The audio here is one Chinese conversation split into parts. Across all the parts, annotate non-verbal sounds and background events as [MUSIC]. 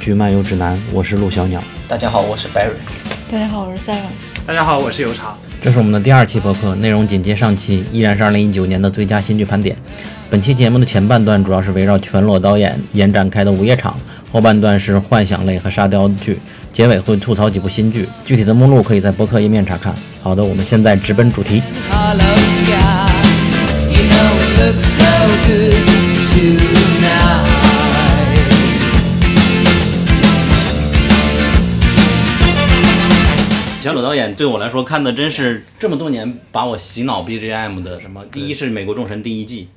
局漫游指南》，我是陆小鸟。大家好，我是 Barry。大家好，我是 Seven。大家好，我是油茶。这是我们的第二期播客，内容紧接上期，依然是2019年的最佳新剧盘点。本期节目的前半段主要是围绕全裸导演延展开的午夜场，后半段是幻想类和沙雕剧，结尾会吐槽几部新剧。具体的目录可以在播客页面查看。好的，我们现在直奔主题。 hollow sky. You know it looks so good tonight. 全裸导演对我来说看的真是这么多年把我洗脑 BGM 的什么，第一是《美国众神》第一季，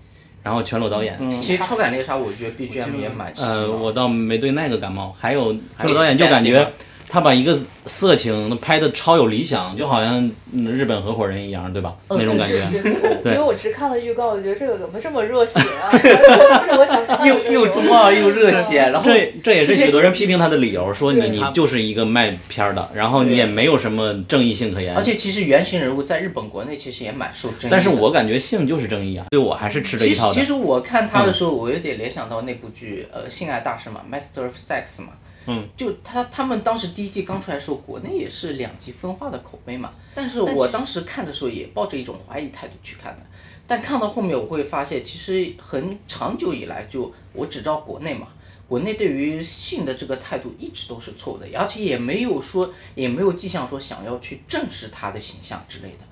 然后全裸导演，其实超感猎杀，我觉得 BGM 也蛮洗脑呃，我倒没对那个感冒。还有还这有个导演就感一些觉他把一个色情拍的超有理想，就好像嗯日本合伙人一样，对吧？嗯那种感觉。 [LAUGHS] 因对为我只看了预告，我觉得这个怎么这么热 [LAUGHS] 血啊？不是我想看的又又 [LAUGHS] 中二又热血，然后这这也是许多人批评他的理由，说你对你就是一个卖片儿的，然后你也没有什么正义性可言而。且其实原型人物在日本国内其实也蛮受争议的。但是我感觉性就是正义啊，对我还是吃这一其实套的嗯其。实我看他的时候，我有点联想到那部剧，呃，性爱大师嘛，Master of Sex 嘛。嗯，就他他们当时第一季刚出来的时候，国内也是两极分化的口碑嘛。但是我当时看的时候，也抱着一种怀疑态度去看的。但看到后面，我会发现，其实很长久以来就，我只知道国内嘛，国内对于性的这个态度一直都是错误的，而且也没有说，也没有迹象说想要去正视他的形象之类的。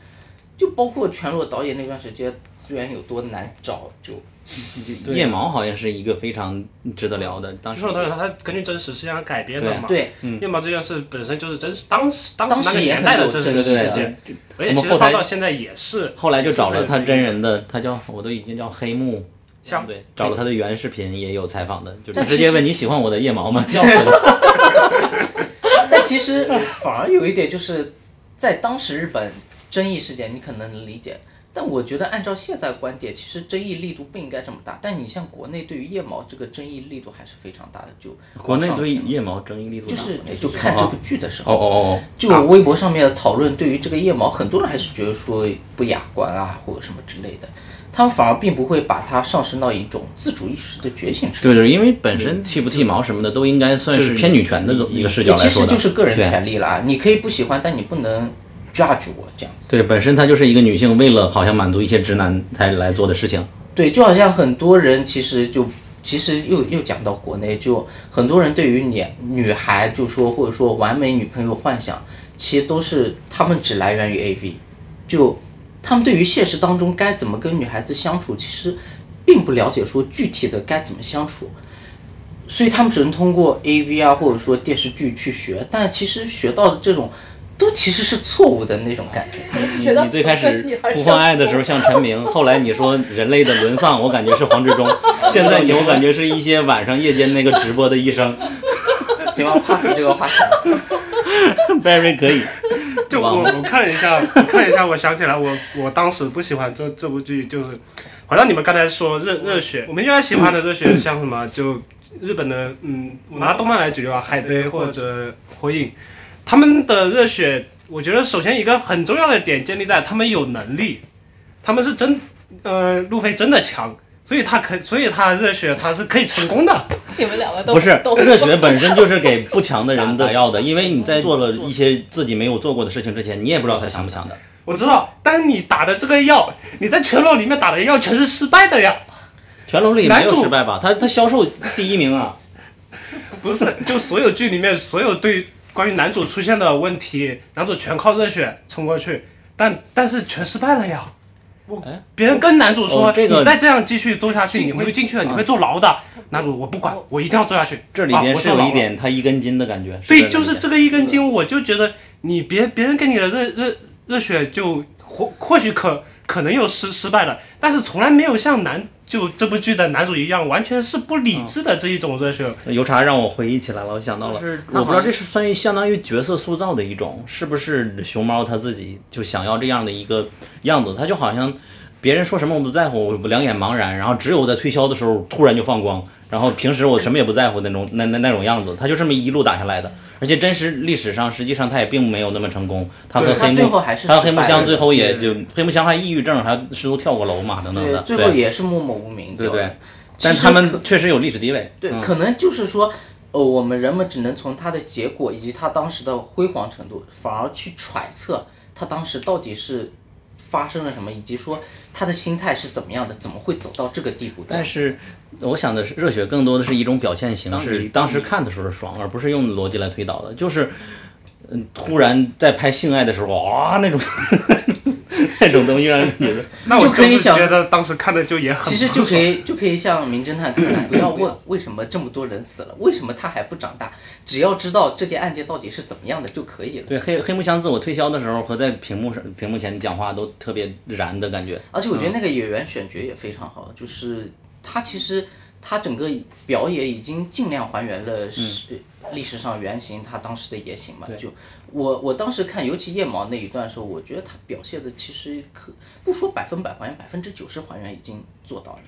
就包括全裸导演那段时间资源有多难找，就夜毛好像是一个非常值得聊的，当时就是导演他根据真实事件而改编的嘛。嗯对面包这件事本身就是真实，当时当当那时个也年代很的有真实真事实件，我而且们其后台实放到现在也是。后来就找了他是这真样人的，他叫我都已经叫黑幕。像对，找了他的原视频也有采访的，就是但直其接实问你喜欢我的腋 [LAUGHS] 毛吗？笑死了。但其实反而有一点就是，在当时日本争议事件，你可能能理解。但我觉得按照现在观点，其实争议力度不应该这么大。但你像国内对于腋毛这个争议力度还是非常大的，就国内网上对腋毛争议力度就大吗是就看这部剧的时哦候，哦就微博上面的讨论，对于这个腋毛，很多人还是觉得说不雅观啊，或者什么之类的。他们反而并不会把它上升到一种自主意识的觉醒之类的。对对，因为本身剃不剃毛什么的都应该算是偏女权的一个视角来其说实的，就是个人对权利啦，你可以不喜欢，但你不能 judge 我这样子。对，本身它就是一个女性为了好像满足一些直男才来做的事情。对，就好像很多人其实就其实又又讲到国内，就很多人对于女女孩就说或者说完美女朋友幻想，其实都是他们只来源于 AV，就他们对于现实当中该怎么跟女孩子相处，其实并不了解说具体的该怎么相处。所以他们只能通过 A V 啊，或者说电视剧去学，但其实学到的这种，都其实是错误的那种感觉。你你最开 [LAUGHS] 始呼唤爱的时候像陈明，后来你说人类的沦丧，我感觉是黄志忠，现在你我感觉是一些晚上夜间那个直播的医生行吧，pass 这个 [LAUGHS] 话题。 ，very 可以。 [LAUGHS] 就我我看了一下，我看了一下，我想起来，我我当时不喜欢这这部剧，就是好像你们刚才说热热血，我们原来喜欢的热血像什么，就日本的，嗯，我拿动漫来举例吧，海贼或者火影，他们的热血，我觉得首先一个很重要的点建立在他们有能力，他们是真，呃，路飞真的强。所以他可，所以他热血，他是可以成功的。你们两个都不是都热血本身就是给不强的人打药的，因为你在做了一些自己没有做过的事情之前，你也不知道他强不强的。我知道，但是你打的这个药，你在全裸里面打的药全是失败的呀。全龙里没男有主失败吧？他他销售第一名啊，不是，就所有剧里面所有对关于男主出现的问题，男主全靠热血撑过去，但但是全失败了呀。我哎别人跟男主说，哦这个啊你再这样继续做下去，你会进去的，你会坐牢的。男主，我不管，我一定要做下去。哦这里啊边我是坐有牢一了点他一根筋的感觉。对，就是这这个一根筋，我就觉得你别别人给你的热热热血就或或许可可能有失失败了，但是从来没有像男就这部剧的男主一样，完全是不理智的哦这一种热血。油茶让我回忆起来了，我想到了，就是他我不知好道像这是算于相当于角色塑造的一种，是不是熊猫他自己就想要这样的一个样子？他就好像别人说什么我不在乎，我两眼茫然，然后只有在推销的时候突然就放光，然后平时我什么也不在乎那种那那那种样子，他就这么一路打下来的。而且真实历史上，实际上他也并没有那么成功。他和对他黑木，最后还是他和黑木失败香了最后也就黑木香还抑郁症，还试图跳过楼嘛等等嗯的。对，最后对，也是默默无名对掉的对但其实他们可确实有历史地位。对，嗯可能就是说，呃，我们人们只能从它的结果以及它当时的辉煌程度，反而去揣测它当时到底是发生了什么，以及说他的心态是怎么样的，怎么会走到这个地步这样？但是我想的是，热血更多的是一种表现形当式你，当时看的时候爽，而不是用逻辑来推导的。就是，嗯，突然在拍性爱的时候，啊，那种 [LAUGHS] 那种东西让人觉得，那我就可以就是想觉得当时看的就也很其实就可以就可以像名侦探柯南，不要问为什么这么多人死了，为什么他还不长大，只要知道这件案件到底是怎么样的就可以了。对黑黑木香自我推销的时候和在屏幕上屏幕前讲话都特别燃的感觉。而且我觉嗯得那个演员选角也非常好，就是他其实他整个表演已经尽量还原嗯了是、历史上原型他当时的言行嘛。就我我当时看，尤其夜毛那一段的时候，我觉得他表现的其实可不说百分百还原，百分之九十还原已经做到了。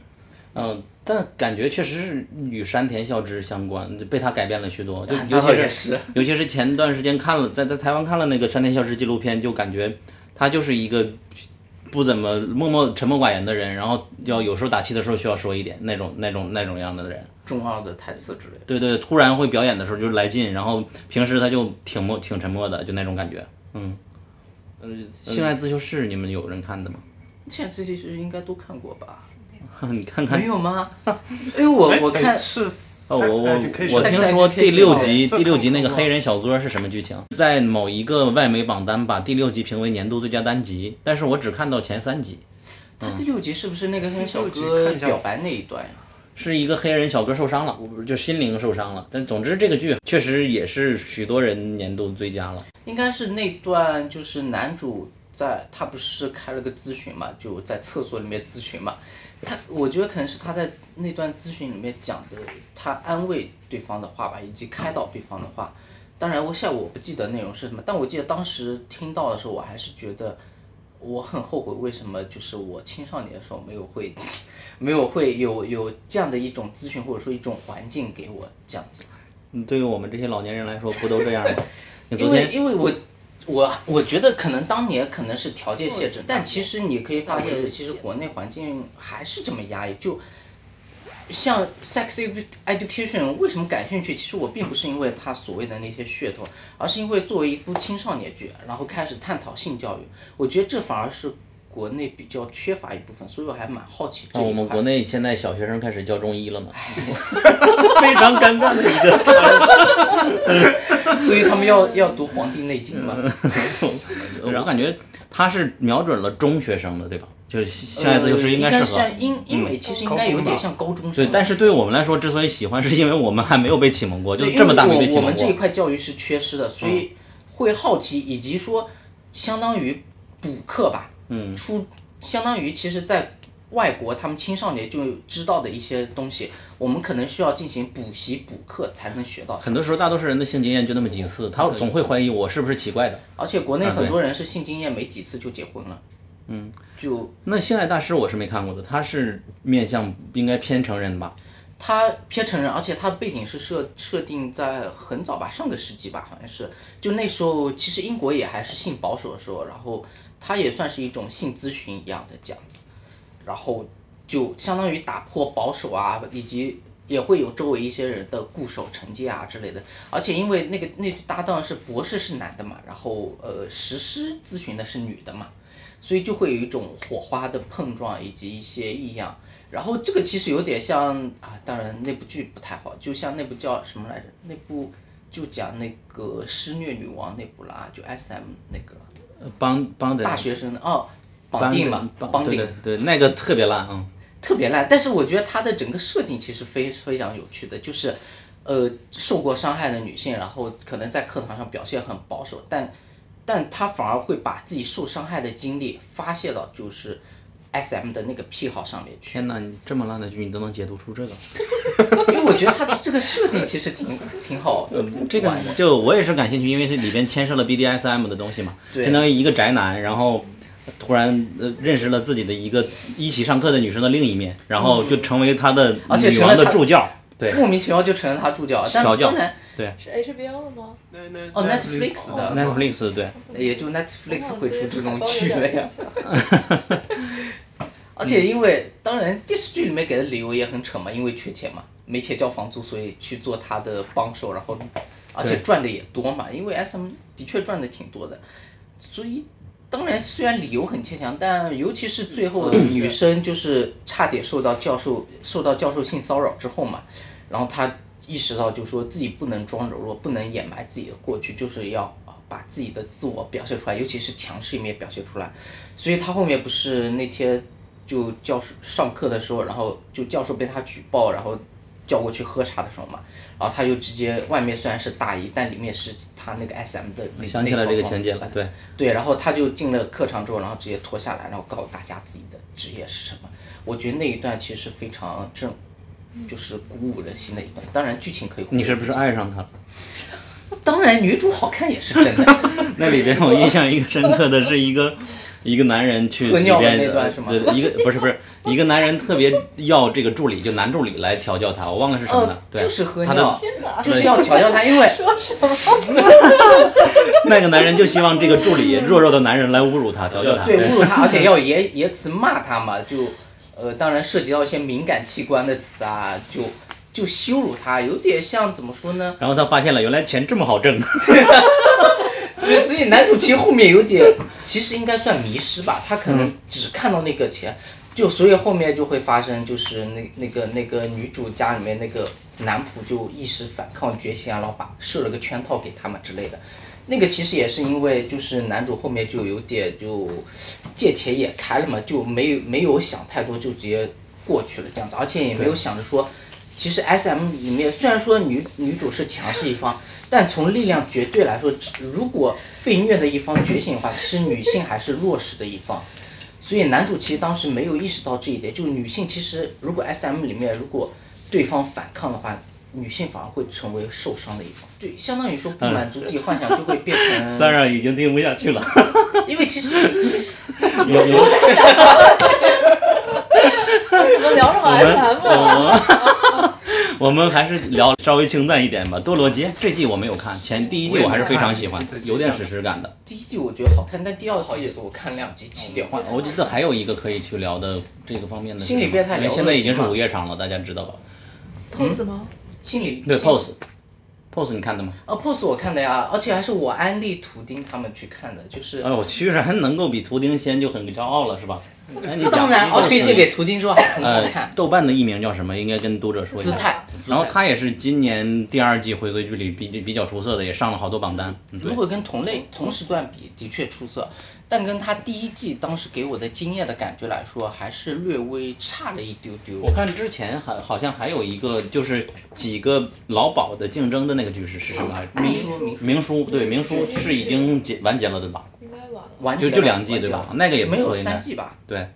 嗯，但感觉确实是与山田孝之相关，被他改变了许多。就嗯啊尤那倒也其是尤其是前段时间看了，在在台湾看了那个山田孝之纪录片，就感觉他就是一个不怎么默默沉默寡言的人，然后要有时候打气的时候需要说一点那种那种那种样的人。中二的台词之类的。对对，突然会表演的时候就是来劲，然后平时他就挺默挺沉默的，就那种感觉。嗯，呃，性爱自修室你们有人看的吗？ [LAUGHS] 现在这些是应该都看过吧？你看看没有 [LAUGHS] 吗？因为我哎我看是哎哦，我我我选听 [LAUGHS] 择说第六集这第六集那个看过黑人小哥是什么剧情？在某一个外媒榜单把第六集评为年度最佳单集，但是我只看到前三集，他第六集是不是那个黑小第六集哥看一下表白那一段呀？是一个黑人小哥受伤了，我不就心灵受伤了。但总之这个剧确实也是许多人年度最佳了。应该是那段就是男主在他不是开了个咨询嘛，就在厕所里面咨询嘛。他我觉得可能是他在那段咨询里面讲的，他安慰对方的话吧，以及开导对方的话。当然，我现在我不记得内容是什么，但我记得当时听到的时候，我还是觉得我很后悔，为什么就是我青少年的时候没有会， [LAUGHS] 没有会有有这样的一种咨询或者说一种环境给我这样子。嗯对于我们这些老年人来说，不都这样吗？你因昨为天因为我我我觉得可能当年可能是条件限制，但其实你可以发现，其实国内环境还是这么压抑。就像 sex edu- education 为什么感兴趣？其实我并不是因为它所谓的那些噱头，而是因为作为一部青少年剧，然后开始探讨性教育，我觉得这反而是国内比较缺乏一部分，所以我还蛮好奇这哦，我一们块。国内现在小学生开始教中医了嘛，非常尴尬 [LAUGHS] 的一个。所以他们要要读《黄帝内经》嘛？我感觉他是瞄准了中学生的，对吧？就是性爱自由呃是应该适合。像英英美其实应该有点像高中生对，了，但是对于我们来说，之所以喜欢， [LAUGHS] 是因为我们还没有被启蒙过，就对，因这么大没为被我启我蒙们这一过。嗯块教育是缺失的，所以会好奇，以及说相当于补课吧，嗯，出相当于其实，在外国他们青少年就知道的一些东西，我们可能需要进行补习补课才能学到。很多时候，大多数人的性经验就那么几次，他总会怀疑我是不是奇怪的。而且国内啊很对多人是性经验没几次就结婚了，嗯，就那性爱大师我是没看过的，他是面向应该偏成人吧？他偏成人，而且他背景是设设定在很早吧，上个世纪吧，好像是。就那时候，其实英国也还是性保守的时候，然后他也算是一种性咨询一样的这样子，然后就相当于打破保守啊，以及也会有周围一些人的固守成见啊之类的。而且因为那个那搭档是博士是男的嘛，然后呃实施咨询的是女的嘛，所以就会有一种火花的碰撞以及一些异样。然后这个其实有点像啊，当然那部剧不太好，就像那部叫什么来着？那部就讲那个施虐女王那部啦，就 S M 那个呃帮帮的大学生的哦，绑帮定的嘛，帮绑对定对对，那个特别烂啊。特别烂，但是我觉得它的整个设定其实非非常有趣的，就是，呃，受过伤害的女性，然后可能在课堂上表现很保守，但，但她反而会把自己受伤害的经历发泄到就是 S M 的那个癖好上面去，天哪，你这么烂的剧你都能解读出这个？因为我觉得它这个设定其实挺 [LAUGHS] 挺好嗯玩的，这个就我也是感兴趣，因为是里边牵涉了 BDSM 的东西嘛，对相当于一个宅男，然后突然呃认识了自己的一个一起上课的女生的另一面，然后就成为他的而且女成王了的他助教，对，莫名其妙就成了他助教，但调教当然对是 HBO 的吗？哦 Netflix 的，Netflix 对，也就 Netflix 会出这种啊我剧有了点呀印。象 [LAUGHS] 而且因为当然电视剧里面给的理由也很扯嘛，因为缺钱嘛，没钱交房租，所以去做他的帮手，然后而对且赚的也多嘛，因为 SM 的确赚的挺多的，所以当然虽然理由很牵强，但尤其是最后嗯女生就是差点受到教授受到教授性骚扰之后嘛，然后她意识到就说自己不能装柔弱，不能掩埋自己的过去，就是要呃把自己的自我表现出来，尤其是强势一面表现出来，所以她后面不是那天就教授上课的时候，然后就教授被她举报，然后叫过去喝茶的时候嘛，然后她就直接外面虽然是大衣，但里面是她那个 S M 的那想起来这个那套情节装了，对，对，然后他就进了课堂之后，然后直接脱下来，然后告诉大家自己的职业是什么。我觉得那一段其实非常正，就是鼓舞人心的一段。当然剧情可以忽略你是不啊是爱上他了？当然女主好看也是真 [LAUGHS] 的。那里边我印象一个深刻的是一个 [LAUGHS] 一个男人去喝里尿的边呃那段是吗对，一个不是不是一个男人特别要这个助理，就男助理来调教他，我忘了是什么呃了。，对，就是喝他的尿，哪就是要调教他，[LAUGHS] 因为说什么？那个男人就希望这个助理弱弱的男人来侮辱他，调教他。对侮辱他，而且要言言辞骂他嘛，就呃，当然涉及到一些敏感器官的词啊，就就羞辱他，有点像怎么说呢？然后他发现了，原来钱这么好挣。 [LAUGHS] 所以，所以男主其实后面有点，其实应该算迷失吧，他可能只看到那个钱，就所以后面就会发生，就是那那个那个女主家里面那个男仆就一时反抗觉醒啊，然后把设了个圈套给他们之类的。那个其实也是因为，就是男主后面就有点就借钱也开了嘛，就没有没有想太多，就直接过去了这样子，而且也没有想着说，其实 S M 里面虽然说女女主是强势一方，但从力量绝对来说，只如果被虐的一方觉醒的话，其实女性还是弱势的一方。所以男主其实当时没有意识到这一点，就是女性其实如果 S M 里面如果对方反抗的话，女性反而会成为受伤的一方。对，相当于说不满足自己幻想就会 [LAUGHS] 变成， Sarah 已经听不下去了， [LAUGHS] 因为其实有有怎么聊着好我 SM 了？们我我们还是聊稍微清淡一点吧。多罗杰这季我没有看，前第一季我还是非常喜欢我也没看，有点史诗感的。第一季我觉得好看，但第二季也是我看两集弃掉。我记得还有一个可以去聊的这个方面的是什么，心理变态因为聊哎现在恶已经是行嘛午夜场了，大家知道吧？ pose 吗？心理对心理，Pose。pose 你看的吗？哦，pose 我看的呀，而且还是我安利图钉他们去看的，就是哎，我居然能够比图钉先就很骄傲了，是吧？哎，你讲当然， Pose 我推荐给图钉之后还很好呃看，，豆瓣的艺名叫什么？应该跟读者说一姿下。态。然后他也是今年第二季回归剧里比比较出色的，也上了好多榜单。嗯，对如，果跟同类同时段比，的确出色，但跟他第一季当时给我的经验的感觉来说，还是略微差了一丢丢我。看之前还好像还有一个就是几个老鸨的竞争的那个剧是是什么来着？明说明说明书啊对，明书是已经结完结了对吧？应该完了。完结就了就两季完结对吧了那个也不没有错应该三季吧？对，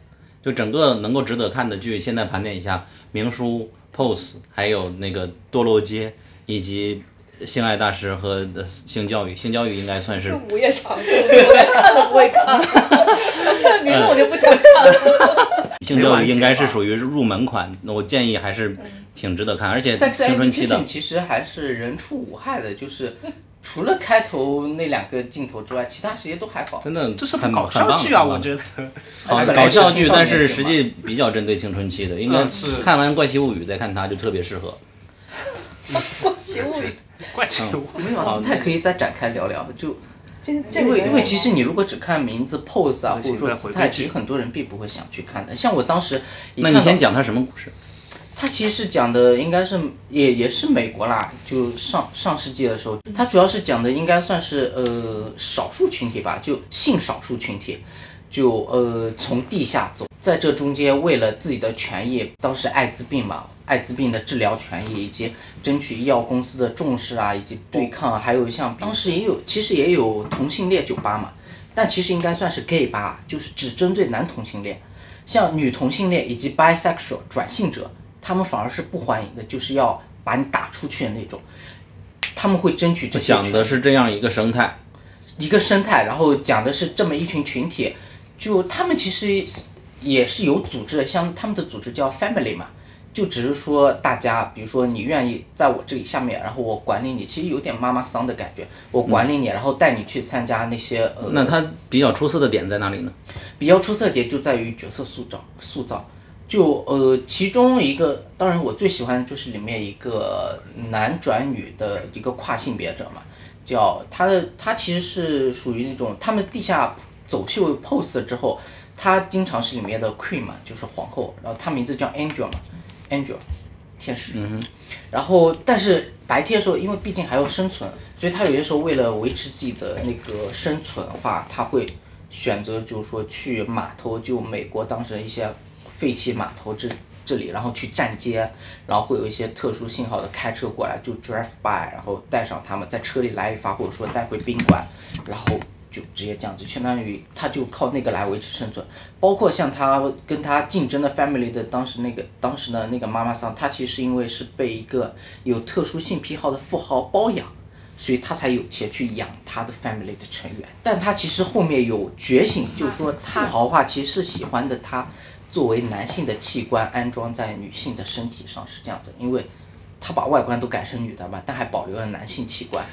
就整个能够值得看的剧，现在盘点一下，明书、Pose，还有那个堕落街，以及性爱大师和呃性教育。性教育应该算是这午夜场，这个我连看都不会看，我 [LAUGHS] 看名字我就不想看了。性教育应该是属于入门款，那我建议还是挺值得看，而且嗯 Sex 青春期的 Education 其实还是人畜无害的，就是除了开头那两个镜头之外，其他时间都还好。真的这是很搞很笑棒剧啊，很我棒觉得。 [LAUGHS] 好本来搞是笑青剧，少但年是剧实嘛际比较针对青春期的，应该嗯是看完《怪奇物语》再看它就特别适合。怪奇物语，怪奇嗯物没有啊，姿态可以再展开聊聊，就这这因里为面因为其实你如果只看名字 pose 啊，对或者现说在回姿归态，剧其实很多人并不会想去看的。像我当时一那看你到，先讲它什么故事？它其实是讲的应该是也也是美国啦，就上上世纪的时候，它主要是讲的应该算是呃少数群体吧，就性少数群体，就呃从地下走，在这中间为了自己的权益，当时艾滋病嘛，艾滋病的治疗权益以及争取医药公司的重视啊，以及对抗啊，还有像当时也有其实也有同性恋酒吧嘛，但其实应该算是 gay 吧，就是只针对男同性恋。像女同性恋以及 bisexual 转性者，他们反而是不欢迎的，就是要把你打出去的那种。他们会争取这些讲权的益是这样一个生态，一个生态，然后讲的是这么一群群体，就他们其实也是有组织的，像他们的组织叫 family 嘛，就只是说大家，比如说你愿意在我这里下面，然后我管理你，其实有点妈妈桑的感觉，我管理你，然后带你去参加那些呃，那它比较出色的点在哪里呢？比较出色的点就在于角色塑造塑造。就呃，其中一个，当然我最喜欢的就是里面一个男转女的一个跨性别者嘛，叫他的他其实是属于那种他们地下走秀 pose 之后，他经常是里面的 queen 嘛，就是皇后，然后他名字叫 Angel 嘛，Angel 天使，然后但是白天的时候，因为毕竟还要生存，所以他有些时候为了维持自己的那个生存的话，他会选择就是说去码头，就美国当时一些废弃码头这这里，然后去站街，然后会有一些特殊信号的开车过来，就 drive by，然后带上他们，在车里来一发，或者说带回宾馆，然后就直接这样子，相当于他就靠那个来维持生存。包括像他跟他竞争的 family 的当时那个当时的那个妈妈桑，她其实因为是被一个有特殊性癖好的富豪包养，所以他才有钱去养他的 family 的成员。但他其实后面有觉醒，就是说他富豪化其实是喜欢的他作为男性的器官安装在女性的身体上是这样子，因为他把外观都改成女的嘛，但还保留了男性器官。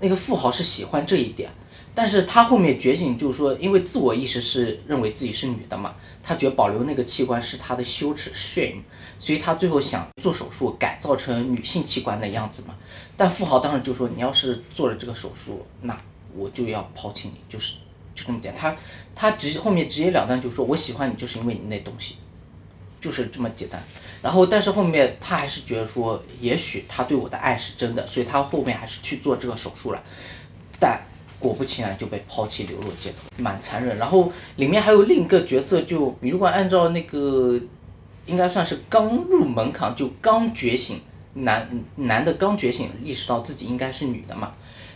那个富豪是喜欢这一点，但是他后面觉醒，就是说，因为自我意识是认为自己是女的嘛，他觉得保留那个器官是他的羞耻 shame，所以他最后想做手术改造成女性器官的样子嘛。但富豪当时就说，你要是做了这个手术，那我就要抛弃你，就是就这么简单。他他直后面直截了当就说，我喜欢你就是因为你那东西，就是这么简单。然后，但是后面他还是觉得说，也许他对我的爱是真的，所以他后面还是去做这个手术了。但果不其然就被抛弃流落街头，蛮残忍。然后里面还有另一个角色就，你如果按照那个，应该算是刚入门槛，就刚觉醒，男男的刚觉醒，意识到自己应该是女的嘛。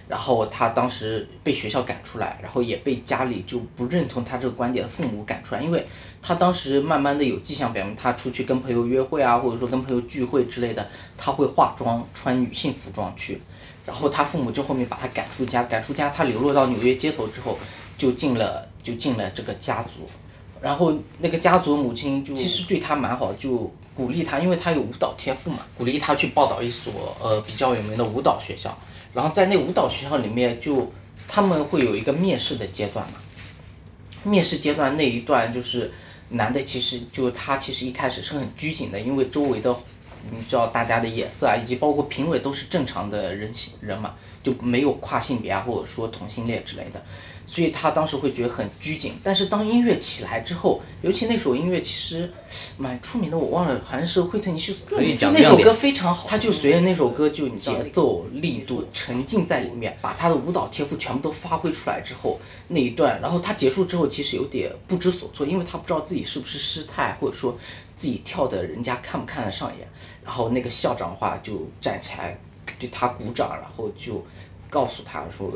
然后他当时被学校赶出来，然后也被家里就不认同他这个观点的父母赶出来，因为他当时慢慢的有迹象表明，他出去跟朋友约会啊，或者说跟朋友聚会之类的，他会化妆，穿女性服装去。然后他父母就后面把他赶出家，赶出家，他流落到纽约街头之后，就进了就进了这个家族，然后那个家族母亲就其实对他蛮好，就鼓励他，因为他有舞蹈天赋嘛，鼓励他去报考一所呃比较有名的舞蹈学校。然后在那舞蹈学校里面就，他们会有一个面试的阶段嘛。面试阶段那一段就是男的，其实就他其实一开始是很拘谨的，因为周围的你知道大家的眼色啊，以及包括评委都是正常的人性人嘛，就没有跨性别啊或者说同性恋之类的，所以他当时会觉得很拘谨。但是当音乐起来之后，尤其那首音乐其实蛮出名的，我忘了，好像是惠特尼休斯顿可以讲那首亮点歌非常好，他就随着那首歌就节奏、力度沉浸在里面，把他的舞蹈天赋全部都发挥出来之后，那一段，然后他结束之后其实有点不知所措，因为他不知道自己是不是失态，或者说自己跳的人家看不看得上眼。然后那个校长的话就站起来对他鼓掌，然后就告诉他说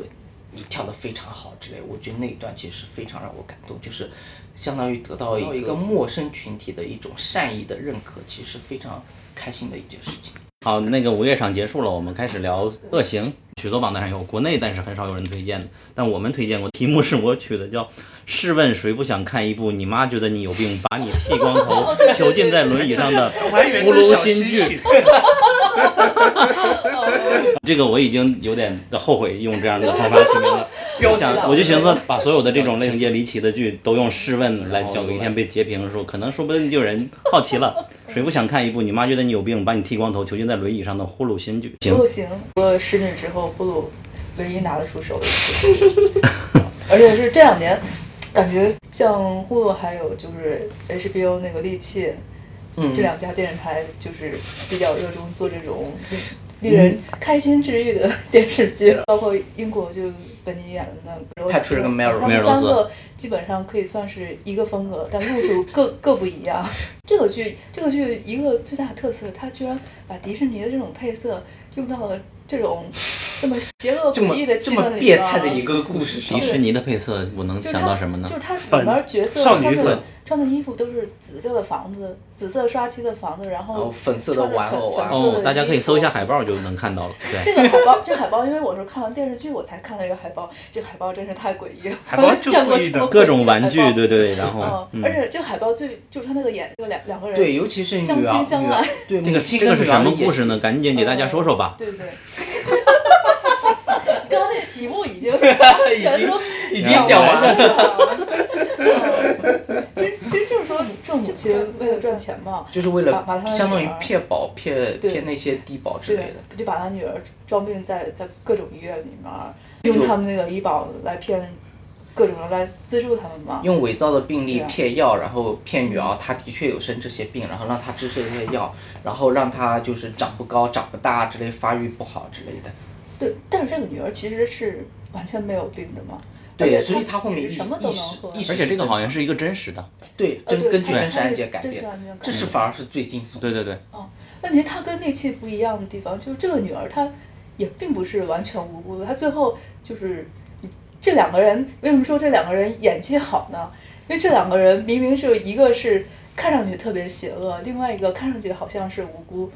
你跳得非常好之类。我觉得那一段其实非常让我感动，就是相当于得到一个陌生群体的一种善意的认可，其实非常开心的一件事情。好，那个午夜场结束了，我们开始聊恶行。许多榜单上有国内，但是很少有人推荐的。但我们推荐过，题目是我取的，叫“试问谁不想看一部你妈觉得你有病，把你剃光 [LAUGHS] 头，囚禁在轮椅上的我还以为葫这是芦小新剧”。剧，这个我已经有点后悔用这样的方法取名 [LAUGHS] 了。我想，我就寻思把所有的这种类情节离奇的剧都用试问来讲，有一天被截屏的时候，可能说不定就有人好奇了，谁不想看一部你妈觉得你有病，把你剃光头，囚禁在轮椅上的呼噜新剧？行不，行，我失女之后，布鲁唯一拿得出手的一次， [LAUGHS] 而且是这两年，感觉像呼噜还有就是 HBO 那个利器，嗯这两家电视台就是比较热衷做这种令令人开心治愈的电视剧，包括英国就本尼演的那个 Patrick 跟 Melrose 他们三 Melrose 个基本上可以算是一个风格，但路数各各不一样。这个剧，这个剧一个最大的特色，它居然把迪士尼的这种配色用到了这 [LAUGHS] 种这么邪恶这不么义的这气么氛里变边态的一个故事上迪，士尼的配色，我能就是想它到什么呢就？是它粉里面角色少女穿粉的穿的衣服都是紫色的房子，紫色刷漆的房子，然然后后粉色的玩偶啊穿哦着粉粉色的衣服，大家可以搜一下海报就能看到了。对，这个海报，这海报，因为我是看完电视剧我才看的这个海报，这个海报真是太诡异了，海 [LAUGHS] 报就见过故意这的么诡异各种玩具海，报对对对，然后哦嗯，嗯而，且这个海报最就是他那个演就两两个人对，尤其是相女亲儿，相女儿爱 [LAUGHS] 对这个母亲这个跟是女儿什的么演故事呢？戏？赶紧给大哦家说说吧。对对 [LAUGHS] 对。刚刚那个题目已经全都已经讲完了，了。嗯其实其实就是说，说父母其实为了赚钱嘛， [LAUGHS] 就是为了把把他的相当于女儿骗保、骗对骗那些低保之类对的。，就把他女儿装病在在各种医院里面儿，用他们那个医保来骗各种人来资助他们嘛。用伪造的病例对啊骗药，然后骗女儿，她的确有生这些病，然后让她吃这些药，然后让她就是长不高、长不大之类，发育不好之类的。对，但是这个女儿其实是完全没有病的嘛。对，而且所以她后面也意是呃什么都意能识喝，意识而且这个好像是是一个真实的，对呃真对根据它真实它案是啊件改真实编案件改，这是编反而是最惊悚。嗯对对对，问题是她跟那期不一样的地方就是这个女儿她也并不是完全无辜的，她最后就是这两个人为什么说这两个人演技好呢？因为这两个人明明是一个是看上去特别邪恶，另外一个看上去好像是无辜、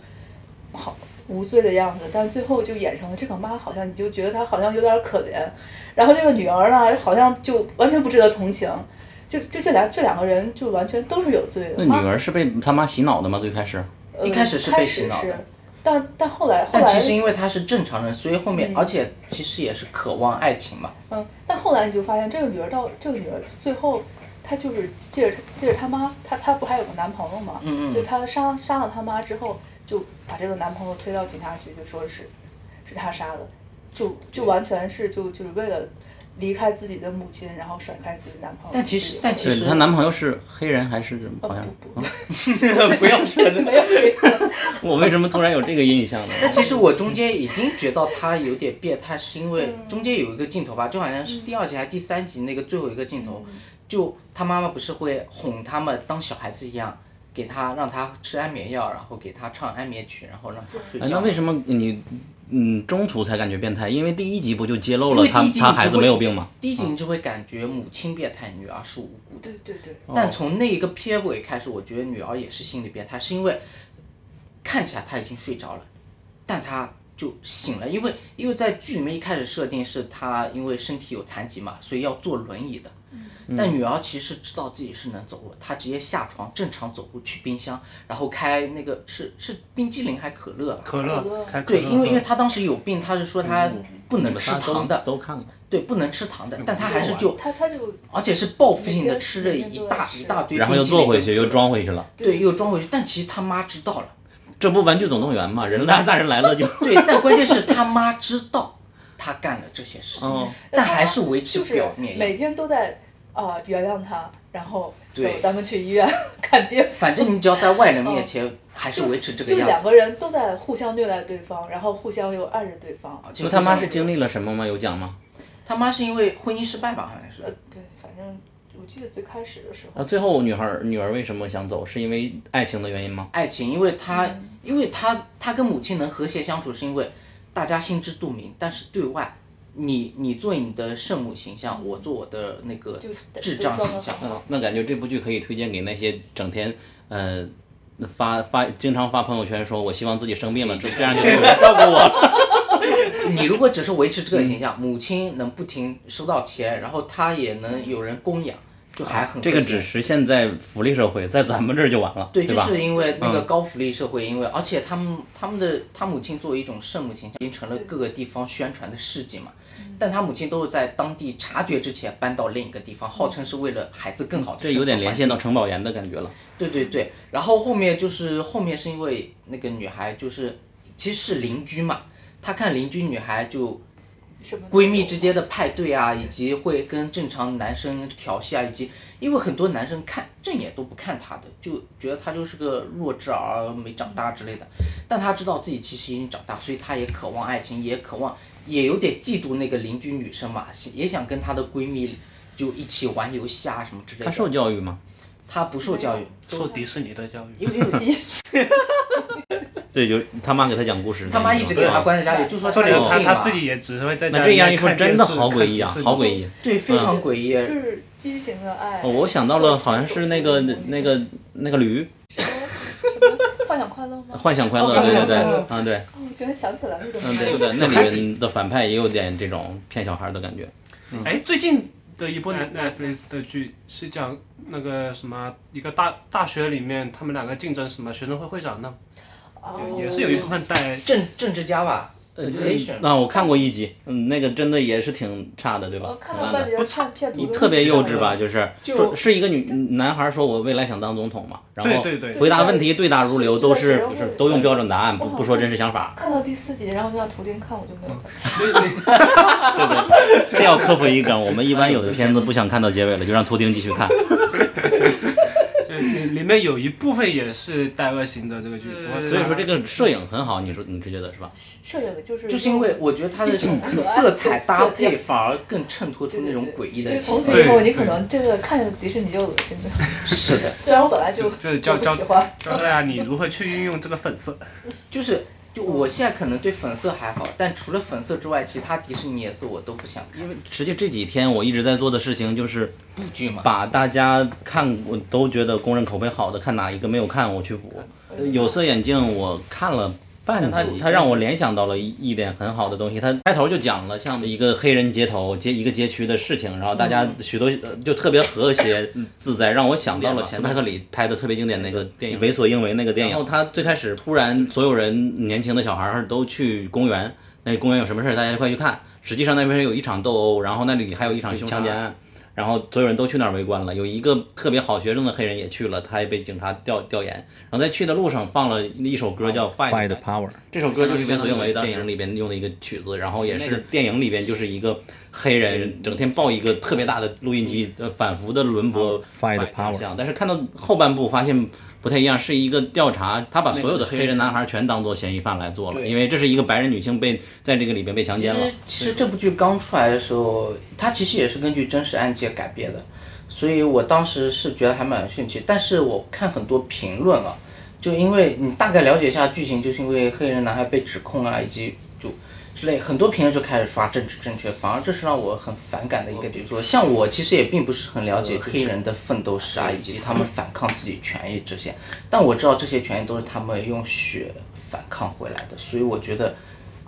好无罪的样子，但最后就演成了这个妈好像你就觉得她好像有点可怜，然后这个女儿呢好像就完全不值得同情，就就这两这两个人就完全都是有罪的。那女啊儿是被他妈洗脑的吗？最开始，呃一开始是被洗脑的嗯开始是但但后来后但来其实因为她是正常人，所以后面、而且其实也是渴望爱情 [LAUGHS] 嘛。 [LAUGHS] 嗯，但后来你就发现这个女儿到这个女儿最后，她就是借着借着她妈，她她不还有个男朋友嘛？嗯嗯就她杀杀了她妈之后，就把这个男朋友推到警察局，就说是是她杀的，就就完全是就就是为了离开自己的母亲，然后甩开自己男朋友。但其实但其对实哦她男朋友是黑人还是呃好像？嗯不不，不要说这没有没有， [LAUGHS] 我为什么突然有这个印象呢？但其实我中间已经觉得他有点变态，是因为中间有一个镜头吧，就好像是第二集还是第三集那个最后一个镜头，就他妈妈不是会哄他们当小孩子一样，给他让他吃安眠药，然后给他唱安眠曲，然后让他睡哎，觉。那为什么你嗯中途才感觉变态？因为第一集不就揭露因了为他第一集他你就孩子会没有病吗？第一集你就会感觉母亲变态，女儿是无辜的对。对对，但从那一个片尾开始，我觉得女儿也是心理变态，是因为看起来她已经睡着了，但她就醒了，因为因为在剧里面一开始设定是她因为身体有残疾嘛，所以要坐轮椅的。但女儿其实知道自己是能走路，她直接下床正常走路去冰箱，然后开那个是是冰激凌还可乐吧？可乐，开可乐对，嗯因 [LAUGHS] 为因为她当时有病，她是说她不能吃大家都糖的，嗯都看了，对，不能吃糖的，但她还是就，她她就而且是报复性的每天吃了每天一都在大吃一大堆冰激凌跟可乐，然后又坐回去，又装回去了。对，又装回去，但其实他妈知道了，这不《玩具总动员》吗？人大大人来了就，对，但关键是他妈知道他干了这些事情，哦但还是维持就是表面。每天都在啊、呃原谅她，然后走对咱们去医院看病。反正你只要在外人面前，还是维持这个嗯就样两子。个人都在互相虐待对方，然后互相又爱着对方。而且就他妈互是相经历了什么吗？有讲吗？他妈是因为婚姻失败吧，好像呃是，，对，反正我记得最开始的时啊，候，最后女孩儿女儿为什么想走？是因为爱情的原因吗？爱情，因为他、嗯因为他他跟母亲能和谐相处，是因为大家心知肚明，但是对外。你你做你的圣母形象，我做我的那个就智障就装形得象，嗯，那感觉这部剧可以推荐给那些整天呃发发经常发朋友圈说我希望自己生病了，这这样就没有人照顾我。 [LAUGHS] 你如果只是维持这个形嗯象，母亲能不停收到钱，然后她也能有人供养，就还很啊这个和谐只实现在福利社会，在咱们这儿就完了，对，对就吧？嗯是因为那个高福利社会，因为而且他们他们的他母亲作为一种圣母形象，已经成了各个地方宣传的事迹嘛。嗯但他母亲都是在当地察觉之前搬到另一个地方，号称是为了孩子更好嗯的这有点连线到。到城堡岩的感觉了。对对对，然后后面就是后面是因为那个女孩就是其实是邻居嘛，她看邻居女孩就什么闺蜜之间的派对啊，以及会跟正常男生调戏啊，以及因为很多男生看正眼都不看她的，就觉得她就是个弱智儿没长大之类的。但她知道自己其实已经长大，所以她也渴望爱情，也渴望，也有点嫉妒那个邻居女生嘛，也想跟她的闺蜜就一起玩游戏啊什么之类她受的。教育吗？她不受教育，受迪士尼的教育，因为因为对，有他妈给她讲故事那一他种。妈一直给她啊关在家里，就说或她者有他病他嘛自。己也只会在家那这里面样一说，看电真视的好诡异啊看电，视好诡异。对，非常诡异。就是畸形的爱。哦，我想到了，好像是那个那个那个驴，幻想快乐吗？幻想快乐，哦对对对哦，啊对，哦我居然想起来那种嗯对对，那里面的反派也有点这种骗小孩的感觉。哎，最近的一部 Net- Netflix 的剧是讲那个什么，一个大大学里面他们两个竞争什么学生会会长呢，哦也也是有一部分带政政治家吧，呃， Relation 那我看过一集，嗯，那个真的也是挺差的，对吧？我看挺到烂半的。截看片图你都特别是幼稚吧？就是就是一个女男孩说，我未来想当总统嘛，然后对对对回答问题对答如流，都是对是都用标准答案，不哇不说真实想法，看到第四集，然后就让图钉看，我就没有看。这要克服一梗。我们一般有的片子不想看到结尾了，就让秃丁继续看。呃里里面有一部分也是带恶行的这个剧，不嗯过所以说这个摄影很好，你说你是觉得是吧？摄影就是就是因为我觉得它的色彩搭配反而更衬托出对那对种对诡异就的是气从氛。此以后对你可能这个看迪士尼就恶心的。是的，虽然我本来就就是就教不教喜欢，教大家啊你如何去运用这个粉色。就是就我现在可能对粉色还好，但除了粉色之外，其他迪士尼颜色我都不想看。因为实际这几天我一直在做的事情就是布剧嘛，把大家看过都觉得公认口碑好的，看哪一个没有看我去补。呃有色眼镜我看了。半它集，它让我联想到了一一点很好的东西。它开头就讲了像一个黑人街头街一个街区的事情，然后大家许多、呃就特别和谐嗯自在，让我想到了前派克里拍的特别经典那个电影《为所应为》那个电影。然后他最开始突然所有人年轻的小孩儿都去公园，那公园有什么事儿大家就快去看。实际上那边有一场斗殴，然后那里还有一场强奸案。然后所有人都去那儿围观了，有一个特别好学生的黑人也去了，他也被警察调调研。然后在去的路上放了一首歌叫《Fight》 Find 啊 the power。这首歌就是《为所用为》电影里边用的一个曲子，然后也是电影里边就是一个黑人整天抱一个特别大的录音机，呃，反复的轮播 Find the power 像但是看到后半部发现不太一样，是一个调查，他把所有的黑人男孩全当做嫌疑犯来做了，对因为这是一个白人女性被在这个里边被强其奸了实。其实这部剧刚出来的时候，它其实也是根据真实案件改编的，所以我当时是觉得还蛮有兴趣。但是我看很多评论啊，就因为你大概了解一下剧情，就是因为黑人男孩被指控啊，以及就之类，很多评论就开始刷政治正确，反而这是让我很反感的一个点。就是说，像我其实也并不是很了解黑人的奋斗史啊，以及他们反抗自己权益这些，但我知道这些权益都是他们用血反抗回来的，所以我觉得。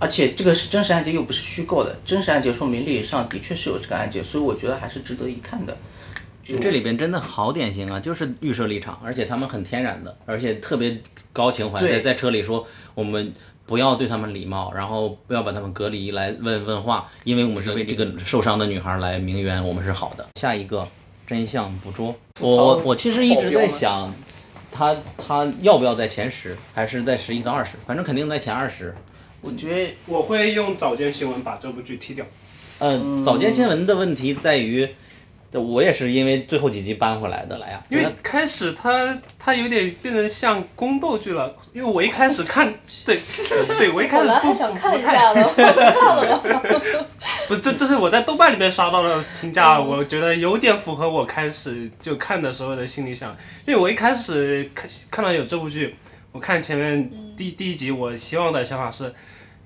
而且这个是真实案件，又不是虚构的。真实案件说明历史上的确是有这个案件，所以我觉得还是值得一看的。就这里边真的好典型啊，就是预设立场，而且他们很天然的，而且特别高情怀，对在在车里说我们不要对他们礼貌，然后不要把他们隔离来问问话，因为我们是为这个受伤的女孩来鸣冤，我们是好的。下一个真相捕捉，我我我其实一直在想，他他要不要在前十，还是在十一到二十，反正肯定在前二十。我觉得我会用早间新闻把这部剧踢掉。嗯呃，早间新闻的问题在于，我也是因为最后几集搬回来的来呀，因为开始它它有点变成像宫斗剧了，因为我一开始看，对对，我一开本始来还不想不看一不太下的， [LAUGHS] 看了吧。不是，这这是我在豆瓣里面刷到的评价，我觉得有点符合我开始就看的时候的心里想，因为我一开始看看到有这部剧，我看前面第第一集，我希望的想法是。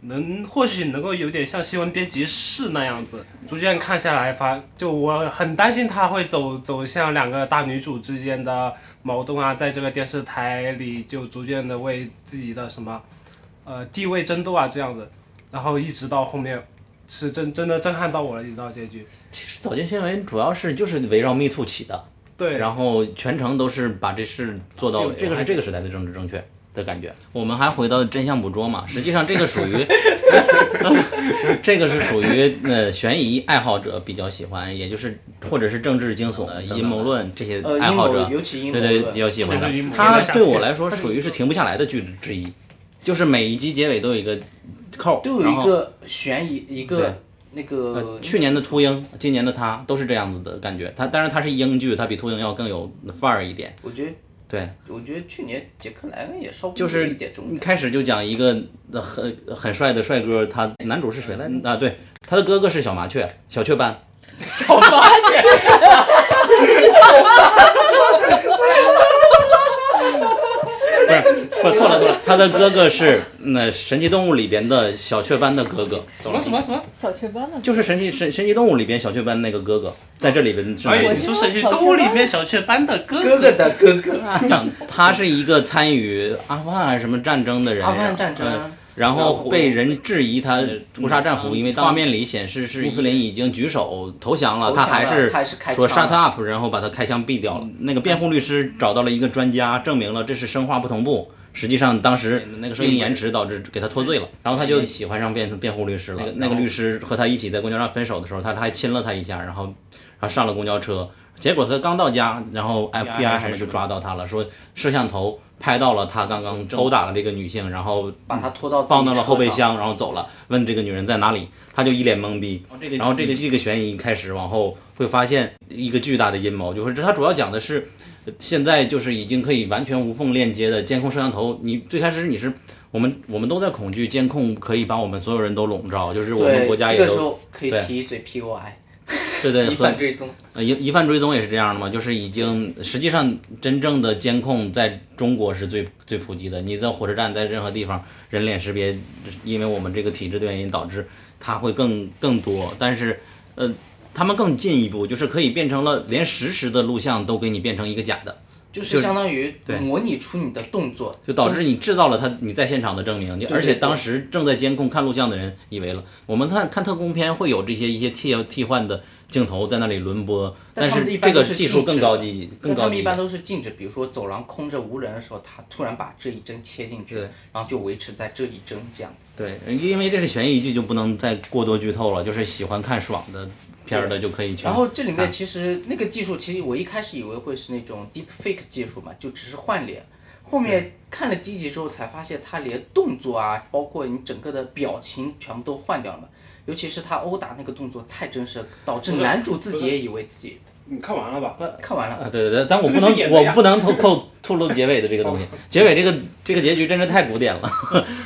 能或许能够有点像新闻编辑室那样子，逐渐看下来发，就我很担心他会走走向两个大女主之间的矛盾啊，在这个电视台里就逐渐的为自己的什么，呃地位争斗啊这样子，然后一直到后面是真真的震撼到我了，一直到结局。早间新闻主要是就是围绕 Me Too 起的，对，然后全程都是把这事做到位，这这个个是是这个时代的政治正确的感觉。我们还回到真相捕捉嘛，实际上这个属 [LAUGHS] 于，这个是属于呃悬疑爱好者比较喜欢，也就是或者是政治惊悚、阴谋论这些嗯呃爱好者阴谋，尤其阴谋对论对比较喜欢的阴谋。论它对我来说属于是停不下来的剧之一，就是每一集结尾都有一个扣，都有然一后个悬疑，一对呃个那个去年的秃鹰，今年的他都是这样子的感觉。他当然他是英剧，他比秃鹰要更有范儿一点。我觉得对，我觉得去年杰克莱恩也稍微就有一是点这种一感觉。开始就讲一个呃很很帅的帅哥，他男主是谁来着？啊，对，他的哥哥是小麻雀，小雀斑。不是，不错了错了，他的哥哥是那《神奇动物》里边的小雀斑的哥哥，什么什么什么？小雀斑呢？就是神奇神神奇动物里边小雀斑那个哥哥，在这里边是哪哎，一你个？说神奇动物里面小雀斑的哥哥哥的哥哥，他讲他是一个参与阿富汗还是什么战争的人，阿富汗战争呃啊，然后被人质疑他屠杀战俘，因为画面里显示是穆斯林已经举手投降了，投他降了还是还是开说枪 shut 了 up，然后把他开枪毙掉了。那个辩护律师找到了一个专家，证明了这是生化不同步。实际上当时那个声音延迟导致给他脱罪了，然后他就喜欢上辩辩护律师了。那个嗯那个律师和他一起在公交上分手的时候，他他还亲了他一下，然后然后上了公交车，结果他刚到家，然后 FBI 还是就抓到他了，说摄像头拍到了他刚刚殴打了这个女性，然后把他拖到放到了后备自己车上，箱，然后走了，问这个女人在哪里，他就一脸懵逼。哦然后这个这个悬疑开始往后会发现一个巨大的阴谋，就是他主要讲的是，呃现在就是已经可以完全无缝链接的监控摄像头。你最开始你是我们我们都在恐惧监控可以把我们所有人都笼罩，就是我们对，国家这也个时都候可以对提一嘴 POI，对对疑和犯追踪。呃疑疑犯追踪也是这样的嘛，就是已经实际上真正的监控在中国是最最普及的。你在火车站，在任何地方，人脸识别，因为我们这个体制的原因，导致它会更更多。但是，呃，他们更进一步，就是可以变成了连实时的录像都给你变成一个假的，就是相当于对模拟出你的动作，就导致你制造了他你在现场的证明，你对而且对当时正在监控看录像的人以为了我们看看特工片会有这些一些替替换的镜头在那里轮播，但但他们是一般这个都是技静术止更的高级，更但他高们级一。般都是静止，比如说走廊空着无人的时候，他突然把这一帧切进去对，然后就维持在这一帧这样子。对，因为这是悬疑剧，就不能再过多剧透了。就是喜欢看爽的片儿的就可以去。然后这里面看其实那个技术，其实我一开始以为会是那种 deep fake 技术嘛，就只是换脸。后面看了第一集之后才发现，他连动作啊，包括你整个的表情全部都换掉了嘛。尤其是他殴打那个动作太真实了，导致不是男主自己不是也以为自己呃你看完了吧？看完 [LAUGHS] 了。啊，对对对，但我这个不是能演，的我呀不能透透透露结尾的这个东哦西。结尾这个这个结局真是太古典 [LAUGHS] 了，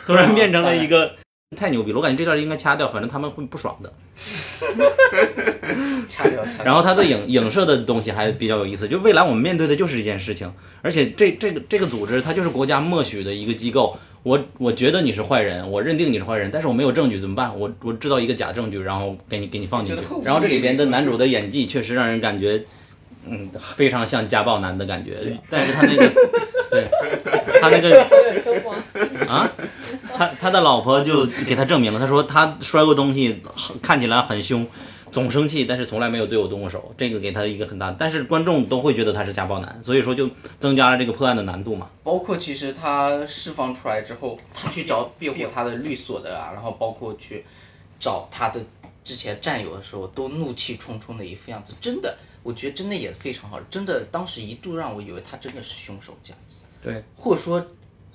突然变哦成了一个太牛逼了。我感觉这段应该掐掉，反正他们会不爽的。掐掉 [LAUGHS] 掐掉。然后它的影影射的东西还比较有意思，就未来我们面对的就是这件事情，而且这这个这个组织它就是国家默许的一个机构。我我觉得你是坏人，我认定你是坏人，但是我没有证据怎么办？我我制造一个假证据，然后给你给你放进去觉得后。然后这里边的男主的演技确实让人感觉，嗯，非常像家暴男的感觉，但是他那个，对，他那个有点真慌。啊，他他的老婆就给他证明了，他说他摔过东西，看起来很凶，总生气，但是从来没有对我动过手，这个给他一个很大，但是观众都会觉得他是家暴男，所以说就增加了这个破案的难度嘛。包括其实他释放出来之后，他去找辩护他的律所的啊，然后包括去找他的之前战友的时候，都怒气冲冲的一副样子，真的，我觉得真的也非常好，真的当时一度让我以为他真的是凶手这样子，对，或者说，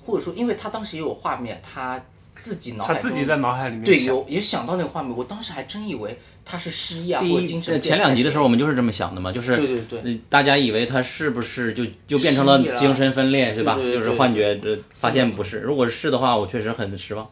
或者说，因为他当时也有画面，他自己脑他海中自己在脑海里面对想有也想到那个画面，我当时还真以为他是失忆啊第或者一呃精神前两集的时候我们就是这么想的嘛，就是对对对呃大家以为他是不是就就变成失忆了精神分裂，对吧？对对对就是幻觉，这发现不是，如果是的话，我确实很失望。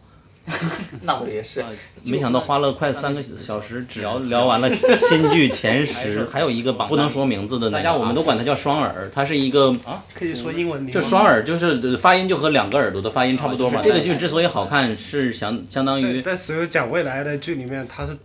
那我也是，没想到花了快三个小时，只聊聊完了 [LAUGHS] 新剧前十，还有一个榜不能说名字的那个，大啊家我们都管它叫双耳，它是一个可以说英文名就吗双耳，就是呃发音就和两个耳朵的发音差不多嘛。就啊这是个剧之所以好看，是相相当在于在所有讲未来的剧里面，他是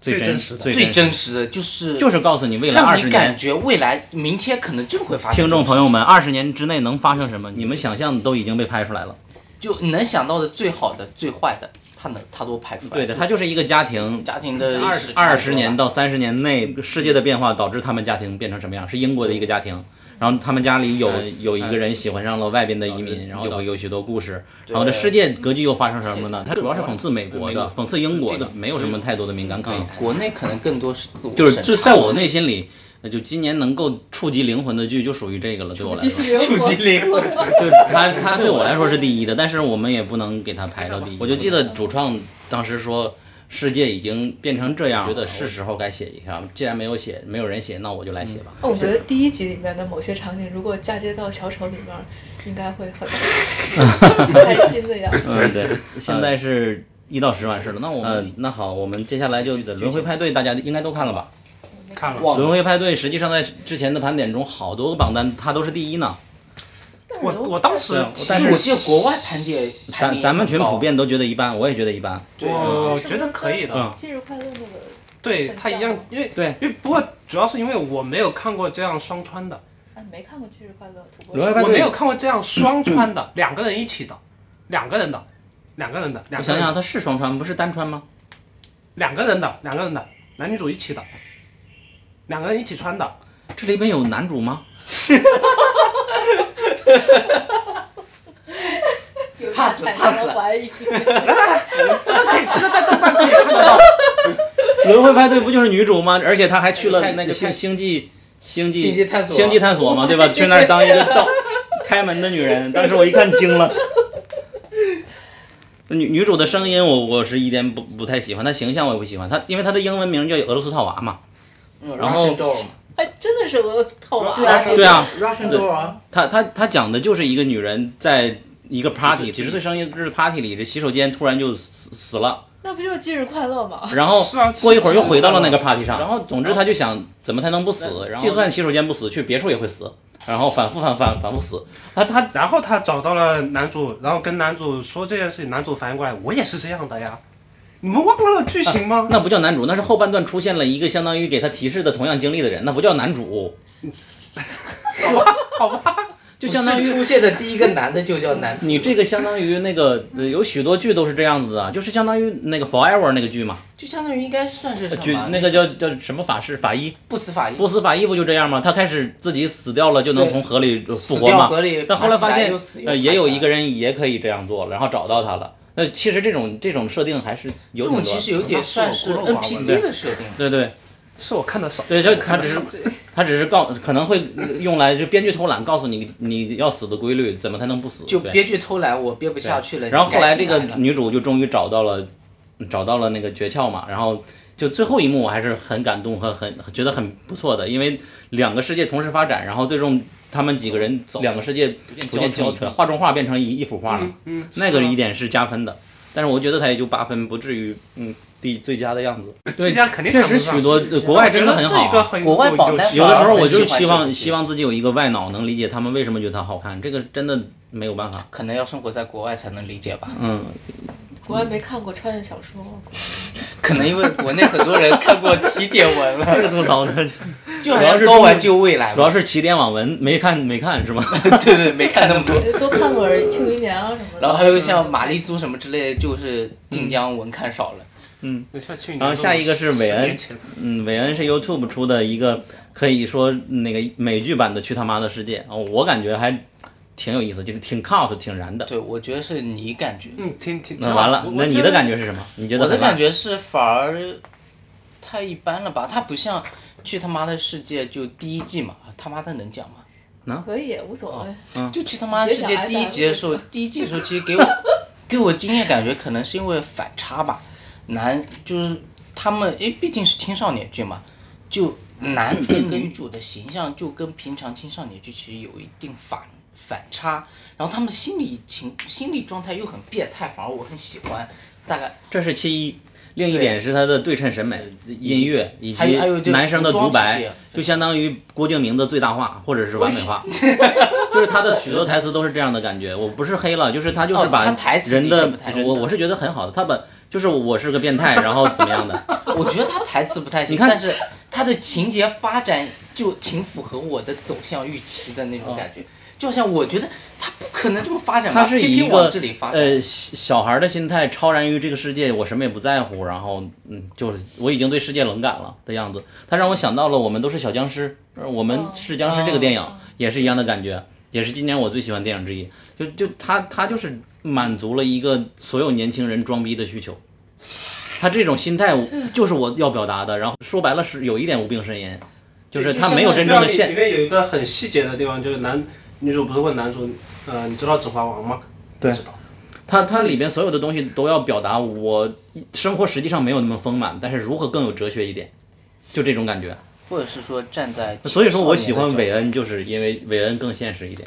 最真真实的最最真真实的就是就是告诉你未来二让十你年感，觉未来明天可能真会发生。听众朋友们，二十年之内能发生什么，你们想象的都已经被拍出来了。就能想到的最好的、最坏的，他能他都排出来。对的，它就是一个家庭。家庭的二史二十年到三十年内，世界的变化导致他们家庭变成什么样？是英国的一个家庭，然后他们家里有有一个人喜欢上了外边的移民，然后有有许多故事。然后这世界格局又发生什么呢？它主要是讽刺美国的，讽刺英国的，没有什么太多的敏感可言。国内可能更多是自我就是审就查在我内心里，呃就今年能够触及灵魂的剧就属于这个了，对我来说。触及灵魂，就是他他对我来说是第一的，但是我们也不能给他排到第一。我就记得主创当时说，世界已经变成这样，觉得是时候该写一下。既然没有写，没有人写，那我就来写吧。哦我觉得第一集里面的某些场景，如果嫁接到小丑里面，应该会很开心的样子。嗯，对， [LAUGHS] 嗯现在是一到十完事了。那我们、那好，我们接下来就轮回派对，大家应该都看了吧？看了，忘轮了。回派对实际上在之前的盘点中，好多个榜单它都是第一呢。但是我我当时对但因是为我记得国外盘点排名咱咱们群很高普遍都觉得一般，我也觉得一般。对我哦是不觉是得可以跟的， [LAUGHS] 忌日快乐那个对很他一像样吗，因为对因为不过主要是因为我没有看过这样双穿的，啊，没看过忌日快乐土拨轮回鼠。派我对没有看过这样双穿的，两个人一起的，两个人的，两个人的，我两个想人想，的，它是双穿不是单穿吗？两个人的，两个人的，男女主一起的，两个人一起穿的，这里边有男主吗？ pass 产生 pass 了怀疑。[LAUGHS] [LAUGHS] 轮回派对不就是女主吗？而且她还去了那个太星星际星际星际探索星际探索嘛，对 [LAUGHS] 吧？去那儿当一个到开门的女人，当时我一看惊了。女女主的声音我我是一点不不太喜欢，她形象我也不喜欢。她因为她的英文名叫俄罗斯套娃嘛，嗯然后 Russian doll 还哎真的是俄罗斯套嘛娃，对啊，Russian doll 啊，她她她讲的就是一个女人在一个 party，几十岁生日 party 里，这洗手间突然就死死了，那不就是今日快乐吗？然后是啊过一会儿又回到了那个是 party 啊上，然后总之他就想怎么才能不死，然后就算洗手间不死，去别处也会死，然后反复反反反复死，他他然后他找到了男主，然后跟男主说这件事情，男主反应过来，我也是这样的呀。你们忘了剧情 [LAUGHS] 吗？那不叫男主，那是后半段出现了一个相当于给他提示的同样经历的人，那不叫男主，好吧， [LAUGHS] 就相当于出现的第一个男的就叫男，你这个相当于那个呃有许多剧都是这样子的，就是相当于那个 Forever 那个剧嘛，就相当于应该算是什剧么呃那个叫叫什么法师法医不死法医，不死法医不就这样吗？他开始自己死掉了就能对从河里复活死嘛掉河里，但后来发现爬起来又死，又呃，爬也有一起来个人也可以这样做，然后找到他了。那其实这种这种设定还是有这挺种多其实的。有点算是那是我孤陋寡闻的 NPC 的设定。对对是我看的少，对，是就我他看只是的少。 [LAUGHS] 他只是告可能会用来就编剧偷懒，告诉你你要死的规律，怎么才能不死？就对编剧偷懒，我憋不下去了。然后你后该来这醒个了女主就终于找到了，找到了那个诀窍嘛。然后就最后一幕我还是很感动和很觉得很不错的，因为两个世界同时发展，然后最终他们几个人两个世界逐渐交成，画中画变成一一幅画了。嗯，那个一点是加分的，但是我觉得它也就八分，不至于嗯第最佳的样子。对，这家肯定确谈实不上许多呃国外真的很我觉得是一个好。啊很国外榜单有的时候我就我很希喜欢这望个希望自己有一个外脑能理解他们为什么觉得它好看，这个真的没有办法。可能要生活在国外才能理解吧，嗯，国外没看过穿越小说，可能因为国内很多人看过起点文这个了，吐槽的就好像高玩就未来主要嘛，是起点网文没看没看是吗？ [LAUGHS] 对对，没看那么多。多呃看会儿《庆余年》啊什么的。然后还有像玛丽苏什么之类的，就是晋江文看少了。然后下一个是韦恩恩，嗯，韦恩是 YouTube 出的一个可以说那个美剧版的《去他妈的世界》哦，我感觉还挺有意思，就是挺 cut 挺燃的。对，我觉得是你感觉，嗯，挺挺。那完了，那你的感觉是什么？你觉得我的很烂感觉是反而太一般了吧，它不像去他妈的世界就第一季嘛，他妈的能讲吗？可以，无所哦谓。就去他妈世界第一集的时候，第一季的时候，其实给我给我惊艳感觉，可能是因为反差吧。男就是他们，诶，毕竟是青少年剧嘛，就男主跟女主的形象就跟平常青少年剧其实有一定反反差，然后他们心理情心理状态又很变态，反而我很喜欢。大概这是其一，另一对嗯点是他的对称审美、音乐以还有还有及对男生的独服装这白些，就相当于郭敬明的最大化或者是完美化， [LAUGHS] 就是他的许多台词都是这样的感觉。我不是黑了，就是他就是哦把他台词的人确不太我我是觉得很好的，他把就是我是个变态，然后怎么样的，我觉得他台词不太行，你看但是他的情节发展就挺符合我的走向预期的那种感觉。就好像我觉得他不可能这么发展吧，哦他是以偏一偏个往这里发展。呃小小孩的心态超然于这个世界，我什么也不在乎，然后嗯，就是我已经对世界冷感了的样子。他让我想到了我们都是小僵尸，而我们是僵尸这个电影、也是一样的感觉，也是今年我最喜欢的电影之一。就就他他就是满足了一个所有年轻人装逼的需求。他这种心态我就是我要表达的，然后说白了是有一点无病呻吟，就是他没有真正的里现面有一个很细节的地方，就是男女主不是问男主，呃，你知道《指环王》吗？对不知道。它它里边所有的东西都要表达我生活实际上没有那么丰满，但是如何更有哲学一点，就这种感觉。或者是说站在青少年的角度，所以说我喜欢韦恩，就是因为韦恩更现实一点。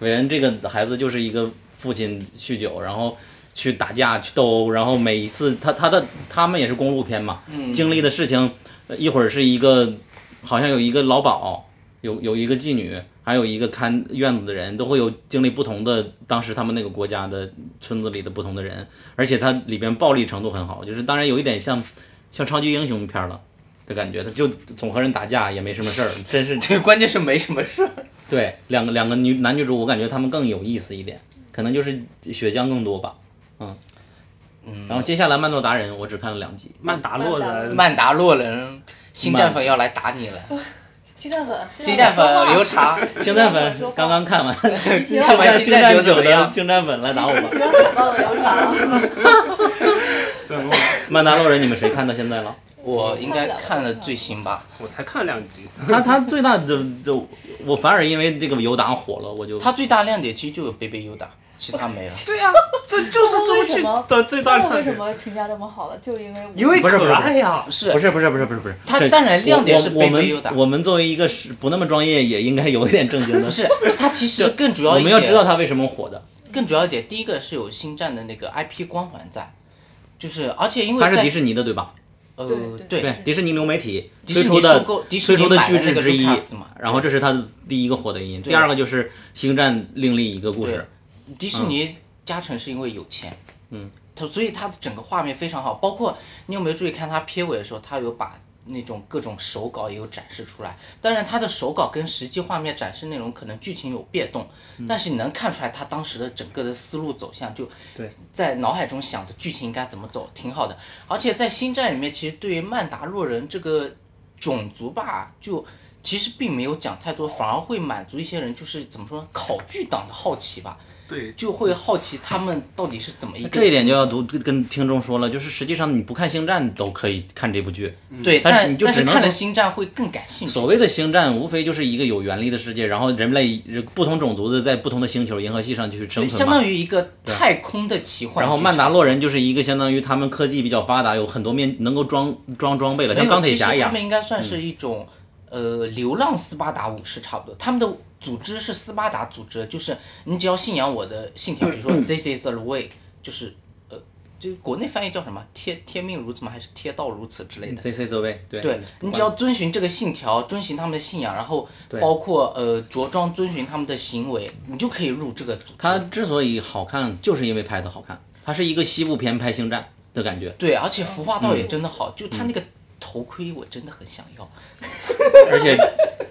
韦恩这个孩子就是一个父亲酗酒，然后去打架去斗殴，然后每一次他他的他们也是公路片嘛，经历的事情，呃一会儿是一个好像有一个老鸨，有有一个妓女，还有一个看院子的人，都会有经历不同的当时他们那个国家的村子里的不同的人，而且它里边暴力程度很好，就是当然有一点像像超级英雄片了。的感觉，他就总和人打架也没什么事儿，真 [LAUGHS] 是对，关键是没什么事儿。对，两个两个女男女主，我感觉他们更有意思一点，可能就是血浆更多吧。嗯，嗯然后接下来《曼诺达人》我只看了两集，曼达洛人，曼达洛人，嗯新曼战粉要来打你了，鸡蛋粉，鸡蛋粉、说话牛 [LAUGHS] 肠，星战粉刚刚看 [LAUGHS] 完，以前看完星星战九九怎么的样？星战粉来打我吧 [LAUGHS] 以。前很棒的牛 [LAUGHS] 肠，对，我曼达洛人你们谁看到现在了？我应该看了最新吧。我才看两集，他他最大的就我反而因为这个尤达火了，我就它最大亮点其实就有贝贝优达，其他没了。对呀、啊这就是这部剧的最大那我为亮什点，么评价这么好了？就因为我 [LAUGHS] 因为不是不是可爱呀、是不是不是不是不是不是，它这当然亮点我我是我贝贝优们达我们作为一个是不那么专业，也应该有一点正经的不。是，它其实更主要我一们点，要知道他为什么火的，更主要一点，第一个是有星战的那个 IP 光环在，就是而且因为他是在迪士尼的对吧？呃对对对对，迪士尼流媒体迪士推尼出的收购迪推士尼出的巨买了制那个之一 Lucas 嘛，然后这是他的第一个火的原因。对第二个就是《星战》另立一个故事，迪士尼加成是因为有钱，嗯，它所以它的整个画面非常好，包括你有没有注意看它片尾的时候，它有把那种各种手稿也有展示出来，当然它的手稿跟实际画面展示内容可能剧情有变动，嗯但是你能看出来它当时的整个的思路走向就对在脑海中想的剧情应该怎么走，挺好的。而且在星战里面，其实对于曼达洛人这个种族吧，就其实并没有讲太多，反而会满足一些人就是怎么说呢，考据党的好奇吧。对，就会好奇他们到底是怎么一个这一点就要读跟听众说了，就是实际上你不看《星战》都可以看这部剧。对，嗯但是但你就但只是能看了说星战会更感兴趣。所谓的星战，无非就是一个有原力的世界，然后人类不同种族的在不同的星球、银河系上去生对存相嘛。当于一个太空的奇幻剧场。然后曼达洛人就是一个相当于他们科技比较发达，有很多面能够装装装备了，没有像钢铁侠一其实样嗯他们。应该算是一种、呃流浪斯巴达武士差不多。他们的组织是斯巴达组织，就是你只要信仰我的信条，比 [CLEARS THROAT] 如说 This is the way，就是呃，就国内翻译叫什么？贴贴命如此吗？还是贴道如此之类的？ C C 座位，嗯对对你只要遵循这个信条，遵循他们的信仰，然后包括呃着装遵循他们的行为，你就可以入这个组织。它之所以好看，就是因为拍的好看，它是一个西部片拍星战的感 [LAUGHS] 觉，对，而且服化嗯道也真的好，就他那个头盔我真的很想要。而且哎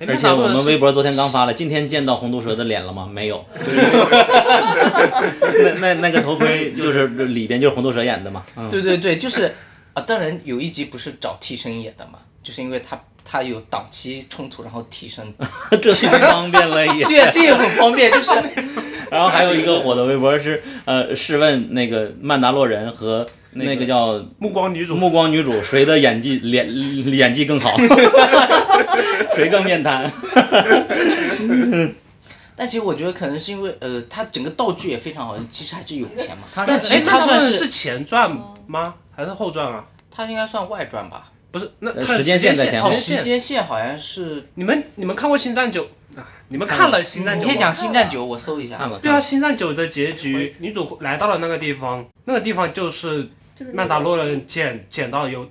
而且我们微博昨天刚发了，今天见到红毒蛇的脸了吗？没 [LAUGHS] 有，就是那那那个头盔就是里边就是红毒蛇演的嘛，嗯，对对对，就是啊，当然有一集不是找替身演的嘛，就是因为他他有档期冲突，然后替身。[LAUGHS] [LAUGHS] 这太方便了也。 [LAUGHS] 对啊，这也很方便，就是然后还有一个火的微博是，呃，试问那个曼达洛人和那个叫目光女主暮光女主谁的演技 [LAUGHS] 脸演技更 [LAUGHS] 好，谁更面瘫？但其实我觉得可能是因为呃，他整个道具也非常好，其实还是有钱嘛。哎他但是其实哎他他算算是前传吗？还是后传啊？他应该算外传吧？不是，那呃它时间线在前哦，面时时间线间线好像是。你们你们看过《星战九》啊？你们看了《星战你九》？先讲《星战九》，我搜一看下。了，对啊，《星战九》的结局，女主来到了那个地方，那个地方就是就是曼达洛人捡捡到尤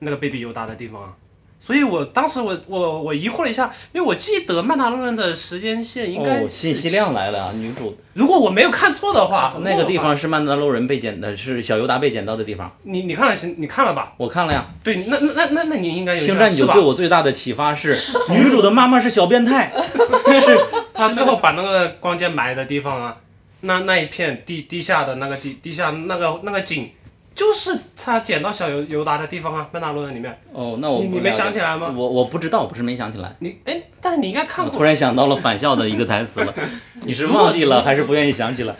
那个贝比尤达的地方啊。所以我当时我我我疑惑了一下，因为我记得曼达洛人的时间线应该、哦，信息，量来了啊！女主如果我没有看错的话，那个地我，方是曼达洛人被捡的，是小尤达被捡到的地方。啊你你看了星你看了吧？我看了呀，对，那那那那那你应该《有星战九》对是吧？我最大的启发 [LAUGHS] 是，女主的妈妈是小变态，他最后把那个光剑埋的地方啊，那那一片地地下的那个地地下那个那个井，就是他捡到小尤尤达的地方啊，曼达洛人里面。哦，那我你不你没了解想起来吗我我不知道，不是没想起来。你哎，但是你应该看 [LAUGHS] 我过突。然想到了返校的一个台词了，你是忘记了还是不愿意想 [LAUGHS] 起来？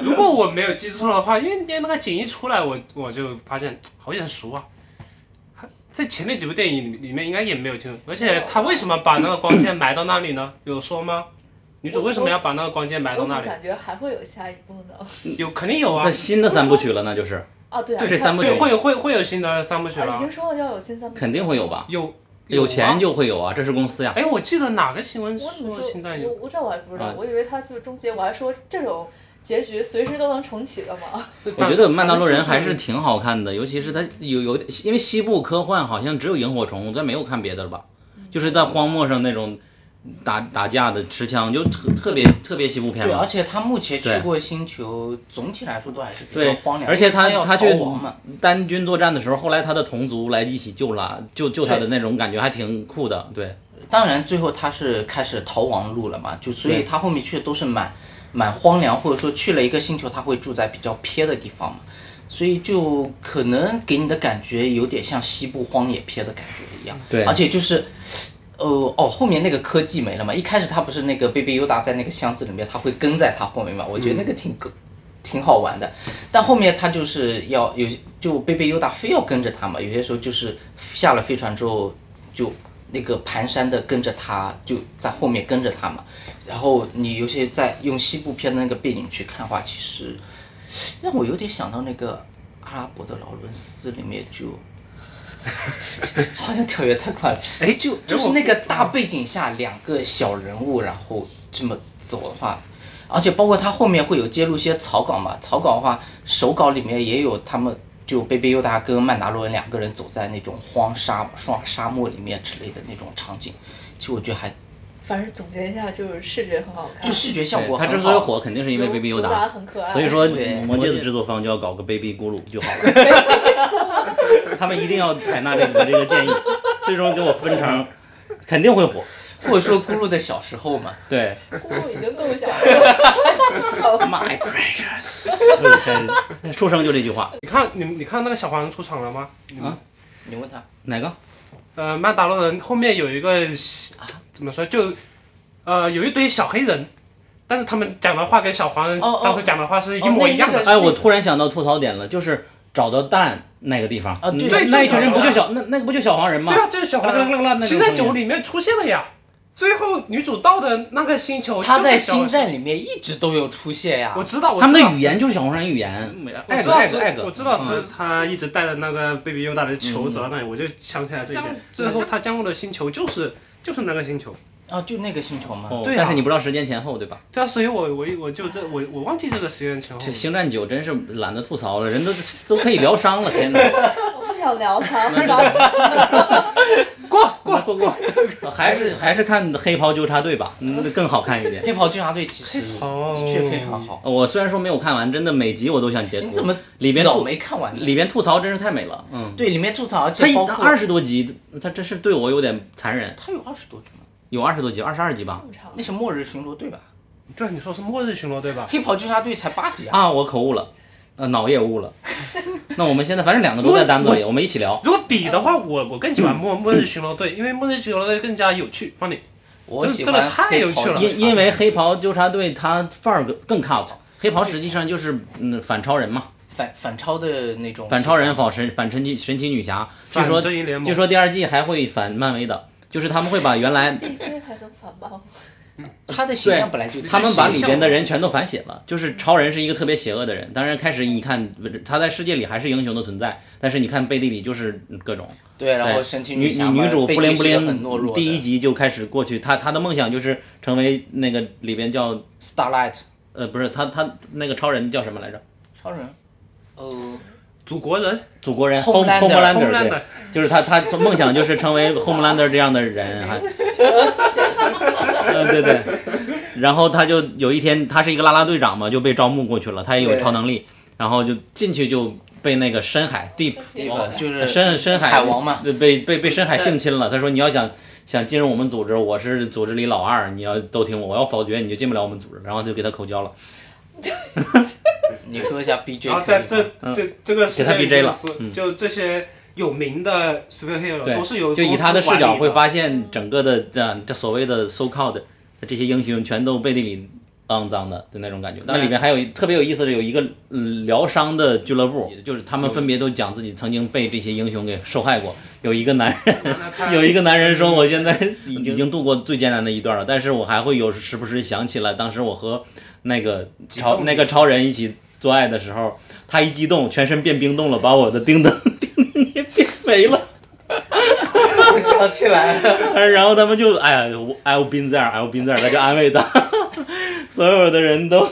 如果我没有记错的话，因为那那个景一出来，我我就发现好眼熟啊。在前面几部电影里面应该也没有清楚，而且他为什么把那个光剑埋到那里呢？有说吗？女主为什么要把那个光剑埋我到怎么那里？感觉还会有下一步呢？有肯定有啊在，新的三部曲了，那就是啊，对啊，这三部曲对，会有会会有新的三部曲啊，已了经，说了要有新三部曲，肯定会有吧？有有钱啊就会有啊，这是公司呀。哎，我记得哪个新闻我怎么说说现在？我有我这我还不知道啊，我以为他就终结，我还说这种结局随时都能重启的嘛。我觉得《曼达洛人》还是挺好看的，尤其是它有有，因为西部科幻好像只有萤火虫，咱没有看别的了吧？就是在荒漠上那种打打架的持枪，就特特别特别西部片对，而嘛。且他目前去对过星球，总体来说都还是比较对荒，凉的。而且他他要他逃去亡嘛，单军作战的时候，后来他的同族来一起救了，救救他的那种感觉还挺酷的。对，当然最后他是开始逃亡路了嘛，就所以他后面去的都是蛮蛮荒凉，或者说去了一个星球，他会住在比较偏的地方嘛。所以就可能给你的感觉有点像西部荒野片的感觉一样。对而且就是，呃，哦，后面那个科技没了嘛，一开始他不是那个 Baby Yoda 在那个箱子里面，他会跟在他后面嘛，我觉得那个挺个、挺好玩的。但后面他就是要有就 Baby Yoda 非要跟着他嘛，有些时候就是下了飞船之后就那个蹒跚的跟着他，就在后面跟着他嘛。然后你有些在用西部片的那个背景去看的话，其实让我有点想到那个阿拉伯的劳伦斯里面就，好像跳跃太快了。哎，就就是那个大背景下两个小人物，然后这么走的话，而且包括他后面会有揭露一些草稿嘛，草稿的话，手稿里面也有他们就贝贝优达跟曼达洛人两个人走在那种荒沙双沙漠里面之类的那种场景，其实我觉得还反正总结一下，就是视觉很好看，就视觉效果他很好。之所以火，肯定是因为 Baby 尤 Yoda，达很可爱所以说对魔戒的制作方就要搞个 Baby 咕噜就好 [LAUGHS] 了，他们一定要采纳这个这个 [LAUGHS] 建议，最终给我分成，肯定会火。或者说咕噜的小时候嘛对，咕噜已经够小了， ，My precious，就是开出生就这句话。你看你你看那个小黄人出场了吗？啊你问他，哪个？呃，曼达洛人后面有一个怎么说就呃有一堆小黑人，但是他们讲的话跟小黄人哦哦当时讲的话是一模一样的。哦哎，我突然想到吐槽点了，就是找到蛋那个地方，啊对那对那一就群人找不到就小那那个不就小黄人吗对？啊，就是小黄人呃其实在酒里面出现了呀。最后女主到的那个星球，他在星，战里啊面一直都有出现呀、我知道，我他知们道的语言就是小黄人语言，哦我艾知格道艾格艾是，格，我知道是嗯他一直带着那个 Baby Yoda 的球走到那里，我就想起来这一嗯点。最后他降落的星球就是就是那个星球。啊，就那个星球嘛。哦对啊但是你不知道时间前后对吧？对啊，所以我我我就这我我忘记这个时间前后这。星战九真是懒得吐槽了，人都都可以疗伤了， [LAUGHS] 天哪！我不想聊他，我把过过过过，还是还是看黑袍纠察队吧，嗯，更好看一点。黑袍纠察队其实袍的确非常好。我虽然说没有看完，真的每集我都想截图。你怎么里边老吐没看完呢？里边吐槽真是太美了，嗯，对里面吐槽，而他且一包括二十多集，他真是对我有点残忍，他有二十多集吗？有二十多集，二十二集吧。正常那。是末日巡逻队吧？对啊，你说是末日巡逻对吧？黑袍纠察队才八集啊！啊，我口误了，呃，脑也误了。那我们现在反正两个都在单子里，我们一起聊。如果比的话，我我更喜欢末末日巡逻队，因为末日巡逻队更加有趣，funny。我喜真欢的太有黑趣袍纠了察队因因为黑袍纠察队他范儿更 cut，黑袍实际上就是嗯反超人嘛，反反超的那种反超人、反神、反神奇神奇女侠，据说反正义联盟据说第二季还会反漫威的，就是他们会把原来 DC 还能反吗？他的形对象本来就他们把里边的人人全都反写了，就是超人是一个特别邪恶的人，当然开始你看他在世界里还是英雄的存在，但是你看贝蒂里就是各种。对，然后对神奇女侠女主被布灵解布释得很懦灵，弱的。第一集就开始过去，她她的梦想就是成为那个里边叫 Starlight 呃不是她她那个超人叫什么来着？超人，呃，祖国人，祖国人 Homelander， Homelander 对 Homelander，就是她她梦想就是成为 Homelander 这样的人， [LAUGHS] 还嗯对对，然后她就有一天她是一个啦啦队长嘛，就被招募过去了，她也有对超能力，然后就进去就被那个深海 Deep 这个就是深深海海王嘛，呃被被被深海性侵了。他说你要想想进入我们组织，我是组织里老二，你要都听我，我要否决你就进不了我们组织。然后就给他口交了，你说一 [LAUGHS] 下 BJ，然后在这嗯这这个时给他间 BJ 了嗯就这些有名的 superhero 对都是由，就以公司他的视角管理会发现整个的这样这所谓的 so called 这些英雄全都背地里肮脏的的那种感觉。那里面还有一特别有意思的有一个嗯疗伤的俱乐部，就是他们分别都讲自己曾经被这些英雄给受害过。有一个男人。那他有一个男人说，我现在已经已经度过最艰难的一段了，但是我还会有时不时想起来，当时我和那个激超动那个超人一起做爱的时候，他一激动，全身变冰冻了，把我的叮当叮当 [LAUGHS] 也变没了。 [LAUGHS] 我想起来了，然后他们就哎呀我，I've been there，I've been there，他就安慰他。 [LAUGHS] 所有的人都，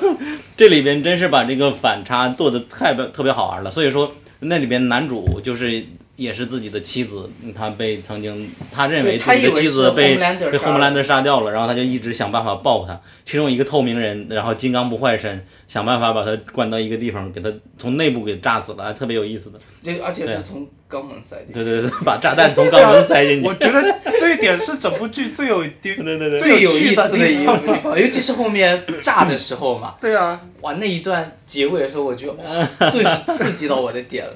这里边真是把这个反差做的太特别好玩了。所以说那里边男主就是也是自己的妻子，他被曾经他认为对他自己以的为妻子是被 Homelander 被杀了 Homelander 杀掉了，然后他就一直想办法报复他。其中一个透明人，然后金刚不坏身，想办法把他关到一个地方，给他从内部给炸死了，还特别有意思的。这个而且对是从肛门塞进去。对对对，把炸弹从肛门塞进去我。觉得这一点是整部剧最有丢，对对对，最最有有趣意的思的一地个方地方，尤其是后面炸的时候嘛，对啊，哇，那一段结尾的时候，[LAUGHS] 我就哇，顿时刺激到我的点了。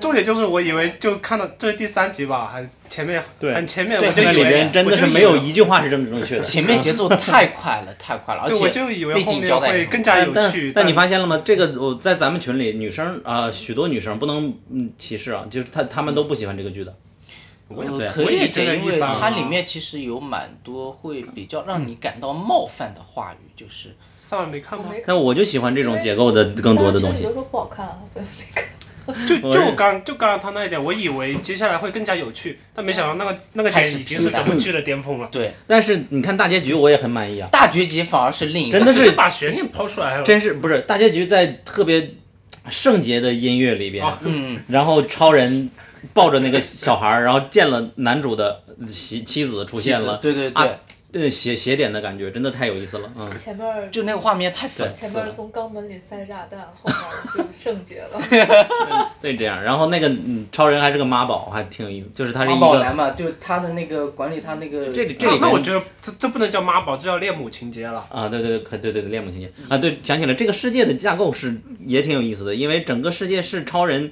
重点就是我以为就看到这是第三集吧，还前面对很前面，对我就那以里为边真的是没有一句话是政治正确的。前面节奏太快了，太快了，而对，我且就以为背后景面交代会很好更加有但趣。但你发现了吗？这个我在咱们群里，女生啊、许多女生不能嗯歧视啊，就是她她们都不喜欢这个剧的。我也不呃，太可我以也理觉得解，因为一般它啊里面其实有蛮多会比较嗯让你感到冒犯的话语，就是上面没看我吗？没看。但我就喜欢这种结构的更多的东当时你西都。说不好看啊，所以没看。就我也就刚就刚刚他那一点，我以为接下来会更加有趣，但没想到那个那个开始点已经是整部剧的巅峰了。对但是你看大结局，我也很满意啊，大结局反而是另一个真的只是把悬念抛出来了，真是不是大结局在特别圣洁的音乐里边，啊嗯，然后超人抱着那个小孩儿，然后见了男主的妻妻子出现了，对对对啊，呃邪邪点的感觉，真的太有意思了，嗯。前面儿就那个画面太讽前刺面儿了。从肛门里塞炸弹，后面儿就圣洁 [LAUGHS] 了。对，这样。然后那个嗯，超人还是个妈宝，还挺有意思，就是他是一妈宝男个嘛，就他的那个管理他那个这里这那里啊那我边觉得这这不能叫妈宝，这叫恋母情节了。啊，对对对，可对对对，恋母情节啊，对，想起来这个世界的架构是也挺有意思的，因为整个世界是超人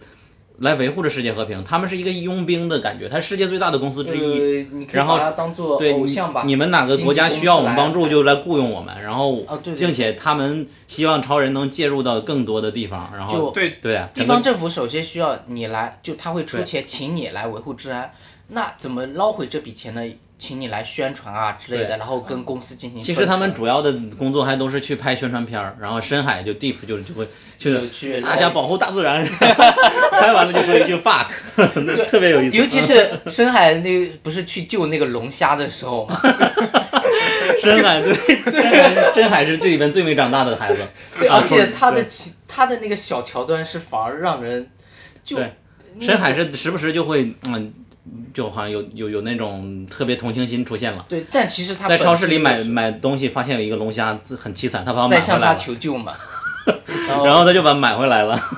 来维护着世界和平，他们是一个佣兵的感觉，他是世界最大的公司呃之一。，你可以然后把他当做对，偶你像吧。你们哪个国家需要我们帮助，就来雇佣我们，然后啊对对并且他们希望超人能介入到更多的地方，然后就对，对啊，地整方个政府首先需要你来，就他会出对钱请你来维护治安。那怎么捞回这笔钱呢？请你来宣传啊之类对的，然后跟公司进行分成。其实他们主要的工作还都是去拍宣传片儿，然后深海就 deep 就就会去就去大家保护大自 [LAUGHS] 然，拍完了就说一句 fuck，那特别有意思。尤其是深海那个不是去救那个龙虾的时 [LAUGHS] 候嘛，深海对，深海深海是这里边最没长大的孩子。对，啊而且对他的其他的那个小桥段是反而让人就对深海是时不时就会嗯，就好像有有有那种特别同情心出现了。对，但其实他在本超市里身买就是买东西，发现有一个龙虾很凄惨，他把我买在回向来他 [LAUGHS] 了，求救嘛，然后他就把买回来了。 [LAUGHS]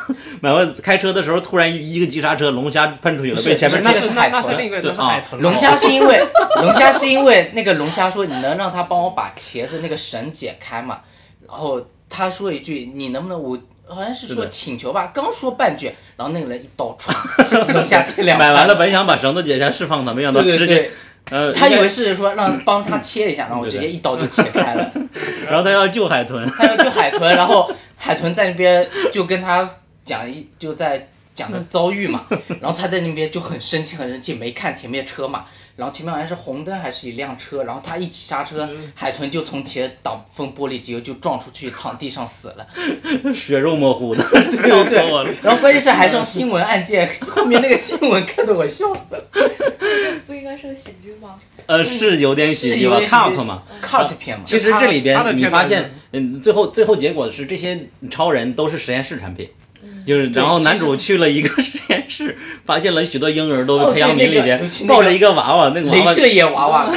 买回开车的时候，突然一一个急刹车，龙虾喷出去了，不是被前面不那车这个是是那海那是豚另一个，对那是啊海豚。龙虾是因为 [LAUGHS] 龙虾是因为那个龙虾说你能让他帮我把茄子那个绳解开嘛，然后他说一句你能不能我好像是是说的请求吧，刚说半句，然后那个人一 [LAUGHS] 刀歘， [LAUGHS] 龙虾切两半买完了，本想把绳子解下释放它，没想到对直对接对，呃，他应以该为是说让帮他切一下，然后我直接一刀就切开了，然后他要救海豚。他要救海豚，然后海豚在那边就跟他讲一就在讲的遭遇嘛，然后他在那边就很生气很生气，没看前面车嘛，然后前面好像是红灯还是一辆车，然后他一起刹车，海豚就从前挡风玻璃直接就撞出去，躺地上死了。血肉模糊的， [LAUGHS] 笑死我了。然后关键是还上新闻案件，后面那个新闻看得我笑死 [LAUGHS] 了。不应该是个喜剧吗？呃，是有点喜剧吧是有点喜剧，cult 嘛。 cut [LAUGHS] 片嘛，其实这里他的边你片发段现，嗯，最后最后结果是这些超人都是实验室产品，就是嗯对然后其男实主去了一个 [LAUGHS] 实验室，发现了许多婴儿都哦培养皿对那里个边尤其那抱个着一个娃娃，那个娃娃镭，射眼娃娃嘛，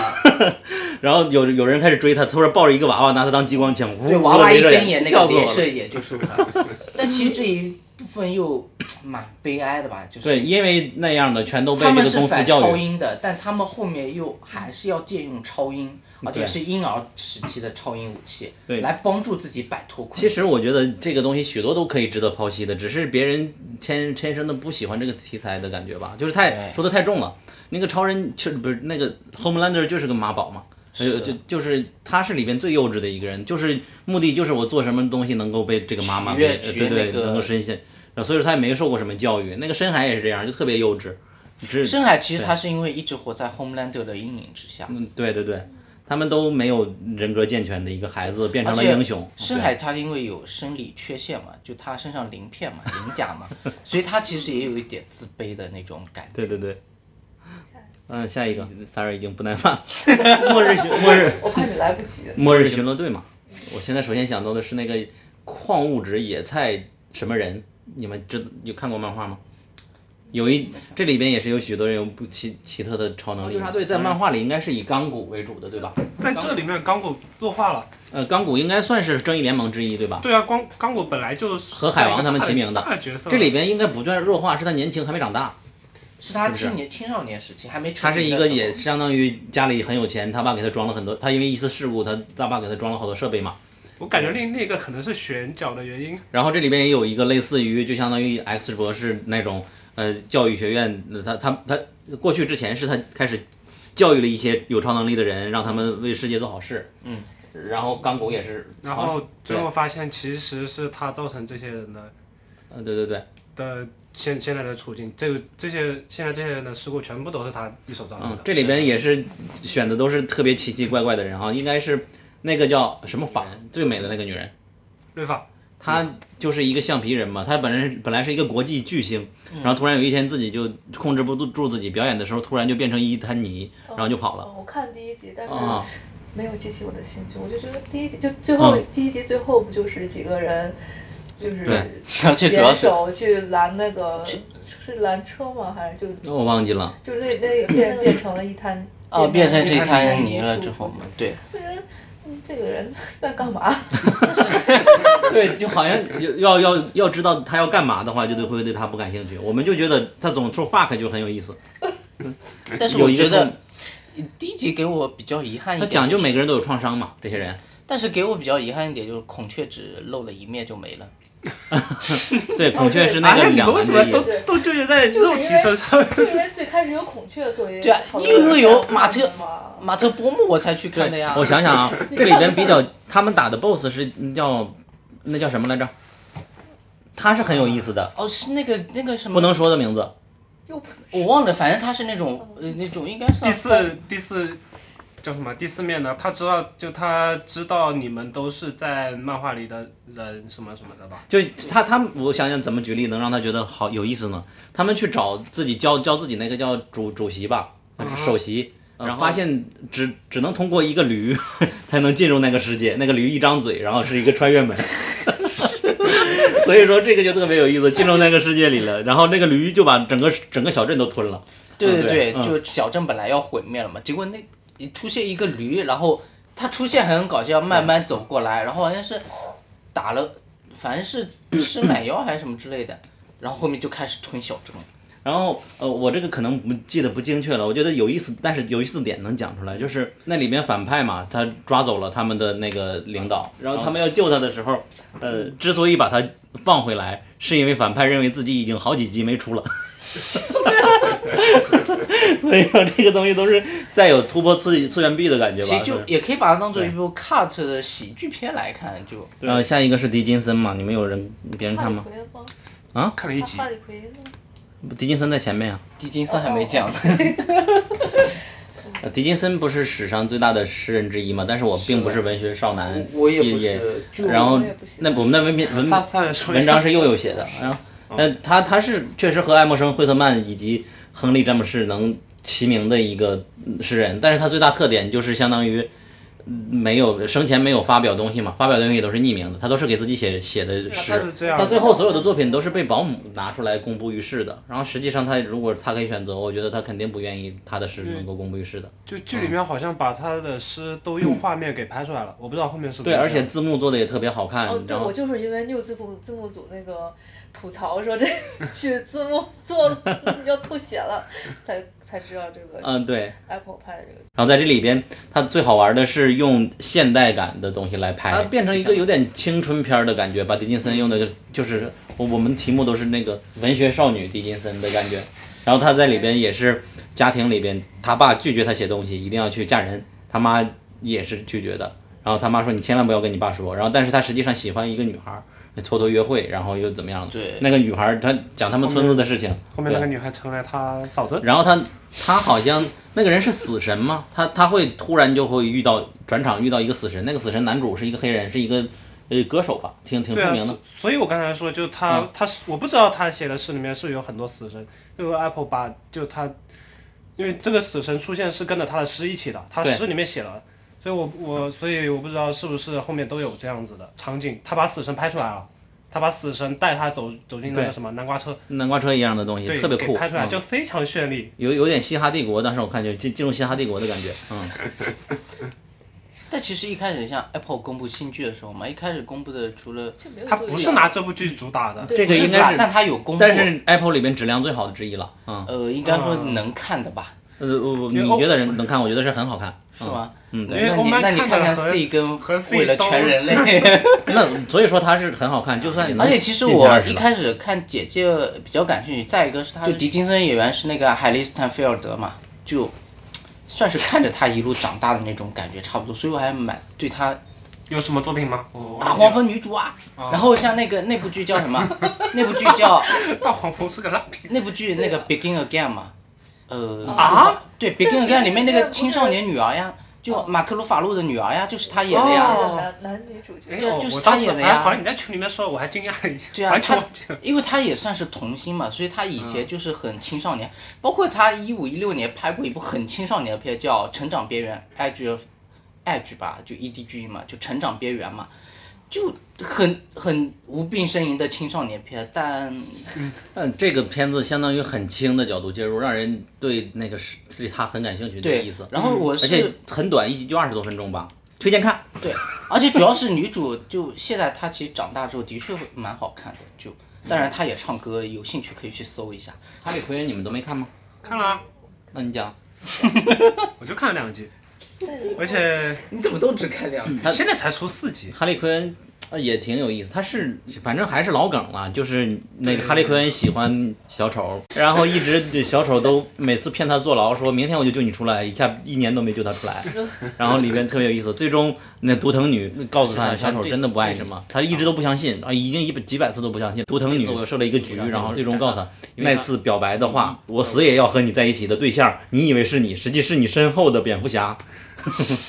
然后有有人开始追他，他说抱着一个娃娃拿他当激光枪，呜对，娃娃镭一射睁眼那个笑死我镭射了。眼就是 [LAUGHS] 我。但其实这一部分又蛮悲哀的吧，就是对，因为那样的全都被他这们个是公司反超教育，英的，但他们后面又还是要借用超英，而且是婴儿时期的超英武器，对来帮助自己摆脱困其境。实我觉得这个东西许多都可以值得剖析的，只是别人天天生的不喜欢这个题材的感觉吧，就是太对说的太重了。那个超人确不是那个 Homelander 就是个妈宝嘛，是就的就就是他是里边最幼稚的一个人，就是目的就是我做什么东西能够被这个妈妈取给悦呃取对悦对、那个能够深陷，然后所以说他也没受过什么教育。那个深海也是这样，就特别幼稚，只深海其实他是因为一直活在 Homelander 的阴影之下，嗯对对对，他们都没有人格健全的一个孩子变而成了且英雄。深海他因为有生理缺陷嘛，就他身上鳞片嘛、鳞甲 [LAUGHS] 嘛，所以他其实也有一点自卑的那种感觉。对对对。嗯，下一个，Sara 已经不耐烦了。 [LAUGHS] 末日巡末日我怕你来不及。末日巡逻队嘛，我现在首先想到的是那个矿物质野菜什么人，你们知有看过漫画吗？有一这里边也是有许多人有不奇奇特的超能力。纠察队在漫画里应该是以钢骨为主的，对吧？在这里面，刚果弱化了。呃，钢骨应该算是正义联盟之一，对吧？对啊，刚刚果本来就是和海王他们齐名的大角色。这里边应该不断弱化，是他年轻还没长大。是啊是他不是青年青少年时期还没成他是名一的个时候也相当于家里很有钱，他爸给他装了很多，他因为一次事故，他他爸给他装了好多设备嘛。我感觉另那个可能是选角的原因，然后这里边也有一个类似于，就相当于 X 博士那种，呃，教育学院，呃他他他过去之前是他开始教育了一些有超能力的人，让他们为世界做好事。嗯。然后钢骨也是，然哦后最后发现其实是他造成这些人的呃，对对对，的现现在的处境，这个这些现在这些人的事故全部都是他一手造成嗯的，。这里边也是选的都是特别奇奇怪怪的人啊，应该是那个叫什么法最美的那个女人，对吧？嗯她就是一个橡皮人嘛，她本人本来是一个国际巨星，嗯然后突然有一天自己就控制不住住自己，表演的时候突然就变成一滩泥，然后就跑了哦，我看第一集，但是啊。没有激起我的兴趣。我就觉得第一集就最啊后、嗯第一集最后不就是几个人，就是对 [LAUGHS] 而且主要联是手去拦那个是拦车吗？还是就我忘记了。就那那个变变成了一滩哦，变成这一滩滩泥了之后嘛，对，我觉得嗯这个人在干嘛？对，就好像要要要知道他要干嘛的话，就对会对他不感兴趣。我们就觉得他总说 fuck 就很有意思。但是有我一个觉痛得第一集给我比较遗憾一他点，讲究每个人都有创伤嘛，这些人。但是给我比较遗憾一点就是孔雀只露了一面就没了。对，孔雀对是那个哎，你两们为环什的么夜。都都纠结在肉体身上？就因为最开始有孔雀，所以对啊讨，论因为有马这个特嘛啊马特波姆我才去看的呀。我想想 [LAUGHS] 啊，这里边比较他们打的 BOSS 是叫那叫什么来着？他是很有意思的，哦，是那个那个什么，不能说的名字。又不我忘了，反正他是那种呃那种应该是第四第四叫什么？第四面呢？他知道，就他知道你们都是在漫画里的人，什么什么的吧？就他他，我想想怎么举例能让他觉得好有意思呢？他们去找自己教教自己那个叫主主席吧，首席，然后嗯发现只只能通过一个驴才能进入那个世界，那个驴一张嘴，然后是一个穿越门。 [LAUGHS] 所以说这个就特别有意思，进入那个世界里了，然后那个驴就把整个整个小镇都吞了。嗯对对，嗯就小镇本来要毁灭了嘛，结果那一出现一个驴，然后它出现还很搞笑，慢慢走过来，然后好像是打了，反 [COUGHS] 正是吃奶药还是什么之类的，然后后面就开始吞小镇了。然后呃，我这个可能不记得不精确了，我觉得有意思，但是有意思的点能讲出来，就是那里面反派嘛，他抓走了他们的那个领导，然后他们要救他的时候，呃，之所以把他放回来，是因为反派认为自己已经好几集没出了。所以说这个东西都是带有突破次次元壁的感觉吧。其实就是也可以把它当做一部 cut 的喜剧片来看，就呃，下一个是狄金森嘛，你们有人别人哈看里吗？奎吗？看了一集哈，里奎呢？狄金森在前面啊。狄金森还没讲呢。呃狄金森不是史上最大的诗人之一嘛？但是我并不是文学少男， [LAUGHS] 我也不嗯也是，就然后我也不喜那欢我们的 [LAUGHS] 文篇文萨萨人说一文下嗯章是又有写的，然后但他他是确实和爱默生、惠特曼以及亨利詹姆士能齐名的一个嗯诗人，但是他最大特点就是相当于。嗯没有生前没有发表东西嘛，发表东西也都是匿名的，他都是给自己写写的诗啊他是这样他最后所有的作品都是被保姆拿出来公布于世的。然后实际上他如果他可以选择，我觉得他肯定不愿意他的诗嗯能够公布于世的。就剧里嗯面好像把他的诗都用画面给拍出来了，我不知道后面是不对，是这而样且字幕做的也特别好看。哦，对，然后我就是因为 new 字幕字幕组那个吐槽说这去字幕做要吐血了，才才知道这个嗯，对。 Apple 拍的这个剧。然后在这里边，它最好玩的是用现代感的东西来拍，它啊变成一个有点青春片儿的感觉，把狄金森用的就是我我们题目都是那个文学少女狄金森的感觉。然后她在里边也是家庭里边，她爸拒绝她写东西，一定要去嫁人，她妈也是拒绝的。然后她妈说你千万不要跟你爸说。然后但是她实际上喜欢一个女孩儿，偷偷约会，然后又怎么样了？对那个女孩儿她讲他们村子的事情，后面对那个女孩成了他嫂子，然后他他好像那个人是死神吗？他他会突然就会遇到转场遇到一个死神，那个死神男主是一个黑人，是一个呃歌手吧，挺挺对出啊名的。，嗯所以我刚才说，就他、他是我不知道他写的诗里面是有很多死神，因为 Apple 把就他，因为这个死神出现是跟着他的诗一起的，他对诗里面写了，所以我我所以我不知道是不是后面都有这样子的场景，他把死神拍出来了，他把死神带他走走进那对个什么南瓜车，南瓜车一样的东西，对，特别酷，给拍出来嗯就非常绚丽。有有点嘻哈帝国，当时我看就进进入嘻哈帝国的感觉，嗯。但其实一开始像 Apple 公布新剧的时候嘛，一开始公布的除了就没有他作不用是拿这部剧主打的，嗯这个应该吧是，但它有公布，但是 Apple 里面质量最好的之一了。嗯，呃，应该说能看的吧，呃，我你觉哦得人能看？我觉得是很好看。是吗？嗯，因对。为那你那你 Oman 看看看的和 C 跟和 C 为了都全人 [LAUGHS] 嗯类，那所以说它是很好看，就算嗯你能而且其实进前我二十一吧开始看姐姐比较感兴趣，再一个是她就狄金森演员是那个海利斯坦菲尔德嘛，就算是看着他一路长大的那种感觉差不多，所以我还蛮对他有什么作品吗？我大黄蜂女主啊，然后像那个那部剧叫什 [LAUGHS] 么？那部剧叫 [LAUGHS] 大黄蜂是个烂片。那部剧那个 Begin Again 嘛，呃啊，啊对 Begin Again 里面那个青少年女儿呀，就马克鲁法洛的女儿呀，就是她演的呀。哦男男女主角哎，对我就是我他当时演的呀哎好像你在群里面说，我还惊讶了一下，对啊，完全他忘记了。因为他也算是童星嘛，所以他以前就是很青少年，包括他一五一六年拍过一部很青少年的片叫《成长边缘》，edge of edge 吧，就 edge 嘛，就成长边缘嘛，就很很无病呻吟的青少年片，但但嗯这个片子相当于很轻的角度介入，让人对那个是对他很感兴趣的对意思，。嗯然后我而且是很短，一集就二十多分钟吧，推荐看。对，而且主要是女主就现在她其实长大之后的确会蛮好看的，就当然她也唱歌，有兴趣可以去搜一下。哈利奎恩你们都没看吗？看了啊，那你讲，我就看了两集，但是而且你怎么都只看两集？他现在才出四集。哈利奎恩呃也挺有意思，他是反正还是老梗了，就是那个哈利奎恩喜欢小丑，然后一直小丑都每次骗他坐牢，说明天我就救你出来，一下一年都没救他出来，然后里边特别有意思，最终那独藤女告诉他小丑真的不爱你吗？他一直都不相信啊，已经一百几百次都不相信。独藤女我设了一个局，然后最终告诉他那次表白的话，我死也要和你在一起的对象，你以为是你，实际是你身后的蝙蝠侠。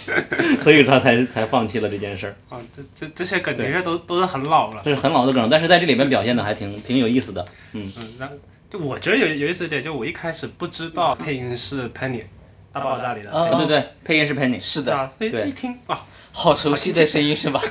[LAUGHS] 所以他才才放弃了这件事儿。啊，这这这些梗的确都都是很老了。这是很老的梗，但是在这里面表现的还挺挺有意思的。嗯，然后就我觉得有有意思一点，就我一开始不知道配音是 Penny，大爆炸里的啊 Penny。啊对对，配音是 Penny，是嗯对的，啊，所以对一听啊，好熟悉的声音是吧？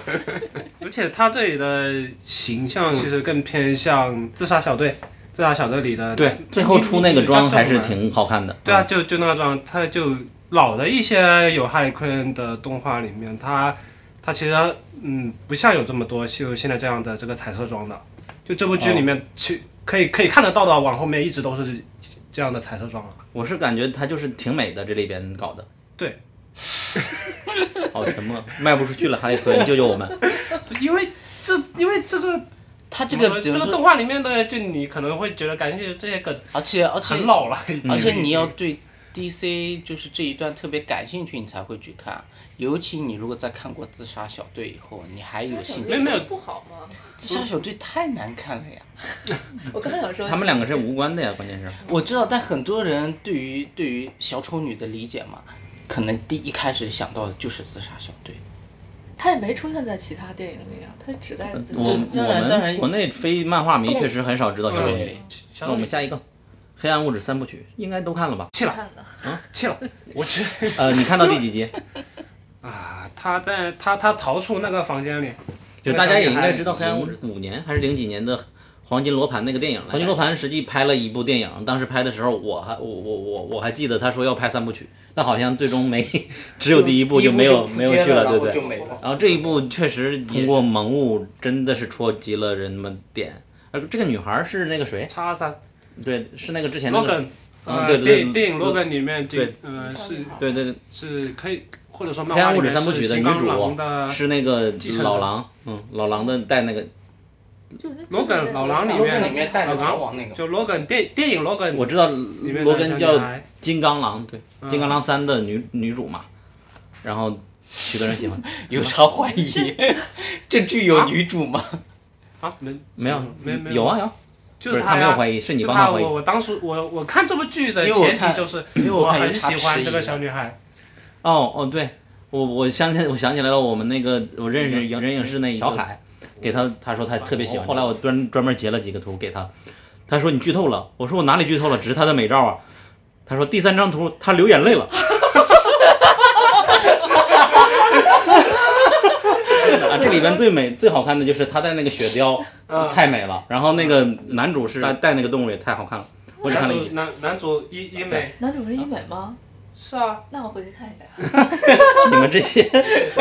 而且他这里的形象其实更偏向自杀小队，自杀小队里的对，最后出那个妆还是挺好看的。嗯对啊，就就那个妆，他就老的一些有哈利奎恩的动画里面，他他其实嗯不像有这么多就现在这样的这个彩色妆的，就这部剧里哦面其、可以可以看得到的，往后面一直都是这样的彩色妆了。嗯，我是感觉她就是挺美的，这里边搞的。对，好沉默，卖不出去了，哈利奎恩救救我们！因为这因为这个他这怎么个说比如这说个动画里面的，就你可能会觉得感谢这些梗而且而且很老了，嗯而且你要嗯对 DC 就是这一段特别感兴趣，你才会去看。尤其你如果在看过《自杀小队》以后，你还有兴趣，《没有不好吗？自杀小队》太难看了呀！我刚想说他们两个是无关的呀，关键是。我知道，但很多人对于对于小丑女的理解嘛，可能第一开始想到的就是《自杀小队》。他也没出现在其他电影里啊，他只在自己我对当然我当们然国内非漫画迷确实很少知道小丑女对。，那小我董们下一个，《黑暗物质》三部曲应该都看了吧？气了看的。气了，我去呃，你看到第几集？啊！他在他他逃出那个房间里，就大家也应该知道，《黑暗物质》五年还是零几年的《黄金罗盘》那个电影来嗯着，《黄金罗盘》实际拍了一部电影，当时拍的时候，我还我我我我还记得他说要拍三部曲，但好像最终没，只有第一部就没有嗯第一没有扑街去了，对不然后就对？没了。然后这一部确实通过萌物真的是戳击了人们点，而这个女孩是那个谁？叉三对，是那个之前那罗个根，嗯呃，对对电对影电影罗罗根里面这对呃是对对对，是可以或者说《漫黑画暗里物质》面三部是曲的金女刚狼主啊的是那个继承人老狼，嗯，老狼的带那个，就是罗梗老狼里面罗根里面带着逃亡那个，就罗根电电影罗根我知道里面罗的小根女叫孩，金刚狼，对，嗯金刚狼三的女女主嘛，然后许多人喜 [LAUGHS] 欢，有啥怀疑？ [LAUGHS] 这剧有女主吗？啊没没有没没有啊有，就不是是他没呀有怀疑，是你就帮他怀疑我，我当时我我看这部剧的因为我前提看就是因为我看很有喜他欢迟这疑个的小女孩，哦哦对，我我相信我想起来了，我们那个我认识影人影视那小海，哦给他他说他特别喜欢，后来我专专门截了几个图给他，他说你剧透了，我说我哪里剧透了，只是他的美照啊，他说第三张图他流眼泪了。 [LAUGHS] 啊，这里边最美、最好看的就是他戴那个雪貂，太美了。然后那个男主是戴戴那个动物也太好看了，我只男看了一主集。男男主医医美男主是医美吗？[LAUGHS] 是啊，那我回去看一下。 [LAUGHS] 你们这些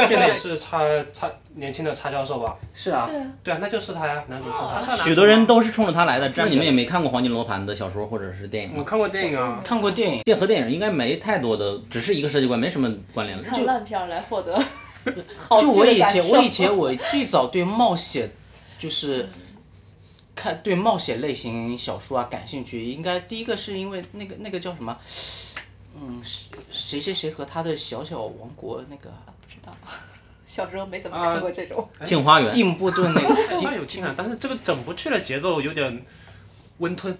现在也是插插年轻的插教授吧？是啊，对啊，对啊，那就是他呀，男主是啊他。啊许多人都是冲着他来的，这你们也没看过黄金罗盘的小说或者是电影我吗？看过电影啊，看过电影，电和电影应该没太多的，只是一个世界观，没什么关联你了。看烂片儿来获 [LAUGHS] 得好剧就我的以感前，我受以前我最早对冒险 [LAUGHS] 就是看对冒险类型小说啊感兴趣，应该第一个是因为那个那个叫什么，嗯，谁谁谁和他的小小王国那 [LAUGHS] 个不知道， [LAUGHS] 小时候没怎么看过这种。呃镜花园，定波顿那个好像有听啊，但是这个整不去的节奏有点温吞。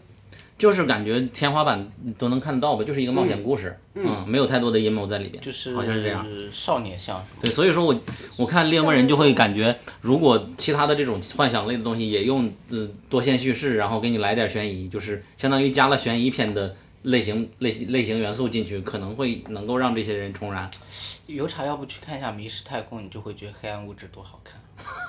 就是感觉天花板都能看得到吧，就是一个冒险故事，嗯，没有太多的阴谋在里边，就是嗯好像是这样。少年像对，所以说我我看《猎魔人》就会感觉，如果其他的这种幻想类的东西也用嗯、多线叙事，然后给你来点悬疑，就是相当于加了悬疑片的类型类型类型元素进去，可能会能够让这些人重燃。油茶要不去看一下《迷失太空》，你就会觉得黑暗物质多好看。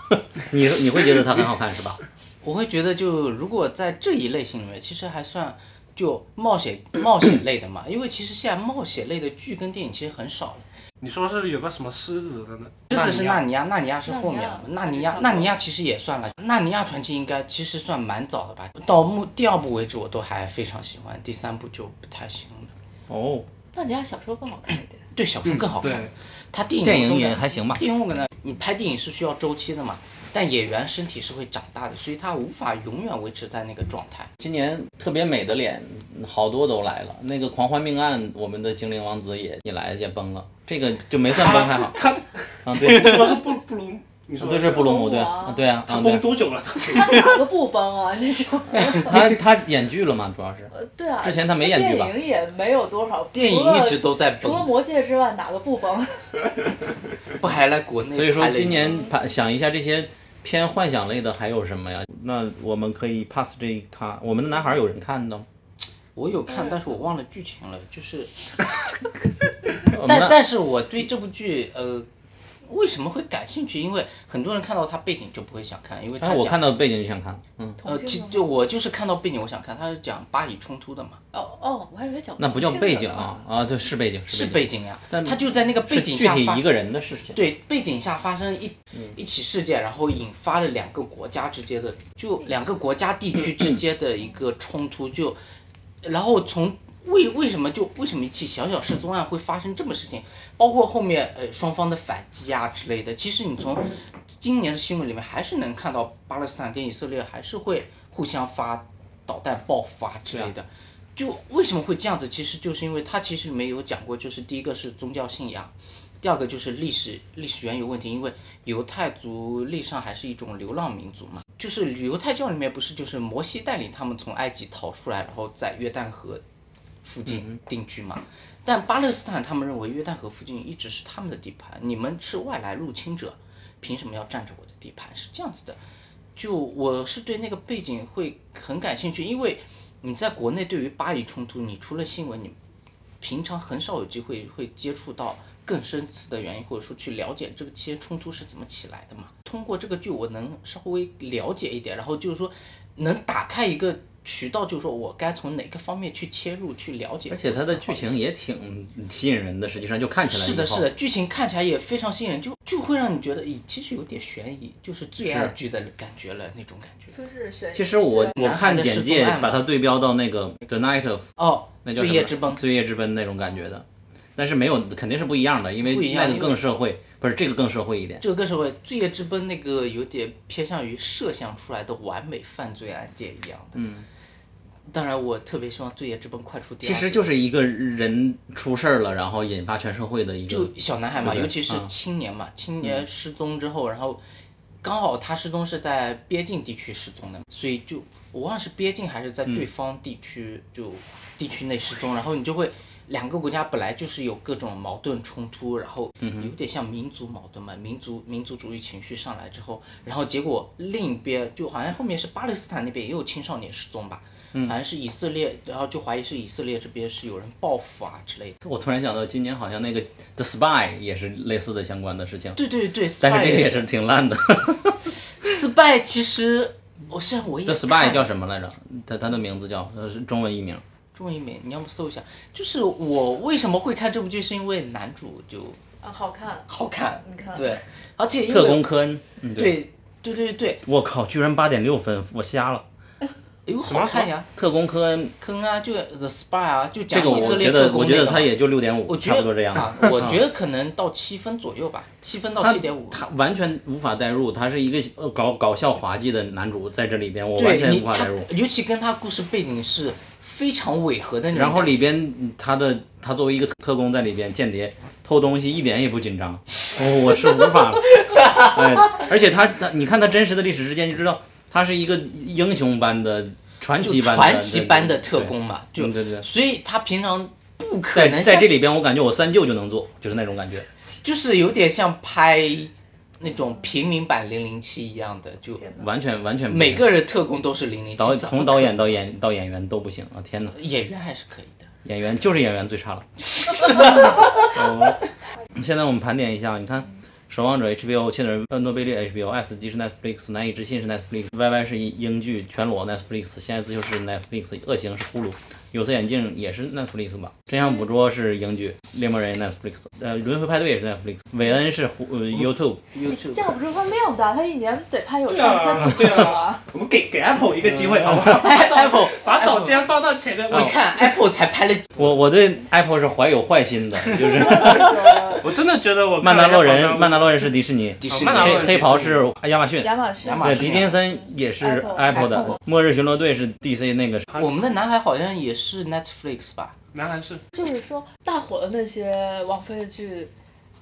你你会觉得它很好看是吧？我会觉得就如果在这一类型里面，其实还算就冒险冒险类的嘛，因为其实现在冒险类的剧跟电影其实很少了。你说是不是有个什么狮子的呢？狮子是纳那尼亚，纳尼亚是后面了嘛，纳纳尼尼亚亚，纳尼亚其实也算了，纳尼亚传奇应该其实算蛮早的吧。到目第二部为止，我都还非常喜欢，第三部就不太行了。哦，那你家小时候更好看一点。对小说更好看，对它嗯电影电影中的也还行吧。电影我可能你拍电影是需要周期的嘛，但演员身体是会长大的，所以他无法永远维持在那个状态。今年特别美的脸好多都来了，那个《狂欢命案》，我们的精灵王子也也来也崩了，这个就没算崩还 [LAUGHS] 好。他啊，对，说是布布鲁，你说对是布鲁姆，布对，鲁姆啊啊对啊，他啊崩对，多久了？ [LAUGHS] 哪个不崩啊？[LAUGHS] 那种。他他演剧了嘛，主要是。呃对啊，之前他没演剧吧电影也没有多少，电影除了一直都在除了《崩，魔戒》之外，哪个不崩？不还来国内？所以说今年盘想一下这些偏幻想类的还有什么呀？那我们可以 pass 这一咖。我们的男孩有人看到吗？我有看，但是我忘了剧情了。就是，我们哎但那但是我对这部剧，呃，为什么会感兴趣？因为很多人看到它背景就不会想看，因为它哎，讲、我看到背景就想看，嗯，呃，同其性的就吗我就是看到背景我想看，它是讲巴以冲突的嘛，哦哦，我还以为讲那不叫同性的背景呢啊，啊，对，是背景，是背背景呀、但它就在那个背是景具下体发一个人的事情。对背景下发生一、一起事件，然后引发了两个国家之间的，就两个国家地区之间的一个冲突，就然后从为为什么就为什么一起小小失踪案会发生这么事情，包括后面呃双方的反击啊之类的，其实你从今年的新闻里面还是能看到巴勒斯坦跟以色列还是会互相发导弹爆发之类的。就为什么会这样子？其实就是因为它其实里面有讲过，就是第一个是宗教信仰，第二个就是历史历史缘由问题，因为犹太族历史上还是一种流浪民族嘛，就是犹太教里面不是就是摩西带领他们从埃及逃出来，然后在约旦河附近定居嘛。但巴勒斯坦他们认为约旦河附近一直是他们的地盘，你们是外来入侵者，凭什么要占着我的地盘？是这样子的。就我是对那个背景会很感兴趣，因为你在国内对于巴以冲突，你除了新闻，你平常很少有机会会接触到更深次的原因，或者说去了解这个些冲突是怎么起来的嘛。通过这个剧，我能稍微了解一点，然后就是说能打开一个渠道，就是说我该从哪个方面去切入去了解。而且它的剧情也挺吸引人的，实际上就看起来是的，以后是的，，剧情看起来也非常吸引人，就就会让你觉得，咦，其实有点悬疑，就是罪案剧的感觉了那种感觉。就是选。其实我对我看男孩的简失踪介案嘛把它对标到那个《The Night of 哦，》，那叫罪什业么之崩，罪业之奔那种感觉的，但是没有肯定是不一样的，因为不一样那因个为更社会，不是这个更社会一点。这个时候罪业之奔那个有点偏向于设想出来的完美犯罪案件一样的。嗯，当然我特别希望罪业之奔快出第其二季。实就是一个人出事儿了，然后引发全社会的一个就小男孩嘛，嗯对对尤其是嗯青年嘛，青年失踪之后，然后刚好他失踪是在边境地区失踪的，所以就我忘了是边境还是在嗯对方地区、就地区内失踪，然后你就会。两个国家本来就是有各种矛盾冲突，然后嗯有点像民族矛盾嘛，民族民族主义情绪上来之后，然后结果另一边就好像后面是巴勒斯坦那边也有青少年失踪吧，嗯好像是以色列，然后就怀疑是以色列这边是有人报复啊之类的。我突然想到，今年好像那个《The Spy》也是类似的相关的事情，对对对，但是这个 spy 也是挺烂的。 Spy 其实，我虽然我也 The 看 Spy 叫什么来着？它它的名字叫呃是中文译名，仲一鸣，你要么搜一下。就是我为什么会看这部剧，是因为男主就啊，好看，好看，你看对，而且因特工为科恩，嗯，，对对对对，我靠，居然八点六分，我瞎了。因为什么好看呀，特工科恩坑啊，就 The Spy 啊，就这讲个，以我色列觉特得，我工觉那得个他嘛。也就六点五，我觉差得不多这样。嗯啊，我觉得可能到七分左右吧，七分到他七点五。他完全无法代入，他是一个呃搞搞笑滑稽的男主在这里边，我完对全你无法代入。他，尤其跟他故事背景是非常违和的那种感然觉。后里边嗯他的他作为一个特工在里边间谍偷东西一点也不紧张，哦，我是无法了。哎，而且他他你看他真实的历史事件就知道，他是一个英雄般的传就奇般的传奇般的对特工嘛，对就嗯对对对所以他平常不可在能在像这里边，我感觉我三舅就能做，就是那种感觉。就是有点像拍那种平民版零零七一样的，就天哪完全完全不每行个人特工都是零零七，导怎么从导演到演到演员都不行啊！天哪，演员还是可以的。演员就是演员最差 [LAUGHS] 了。哦现在我们盘点一下，你看。守望者 HBO，切尔呃诺诺贝利 HBO，S 级是 Netflix，难以置信是 Netflix，YY 是英剧，全裸 Netflix，现在自救是 Netflix，恶行是呼噜，有色眼镜也是 Netflix 吧，真相捕捉是英剧，猎魔人 Netflix，呃，轮回派对也是 Netflix，韦恩是呼、呃、YouTube， YouTube 架不住他量大，他一年得拍有对上啊千部对电影啊啊。我们给给 Apple 一个机会好 [LAUGHS] 不好？嗯 Apple，把早间放到前面，你我 [LAUGHS] 看 Apple 才拍了几，我我对 Apple 是怀有坏心的，就是 [LAUGHS] 我真的觉得我曼看了达一下洛好像哦人，曼达洛人是迪士尼，迪士尼曼达洛黑人黑袍是亚马逊， [LAUGHS] 亚马逊，亚马对，逊狄金森也是 Apple Apple 的 Apple，末日巡逻队是 DC 那个，我们的男孩好像也是 Netflix 吧？男孩是就是说大火的那些网飞的剧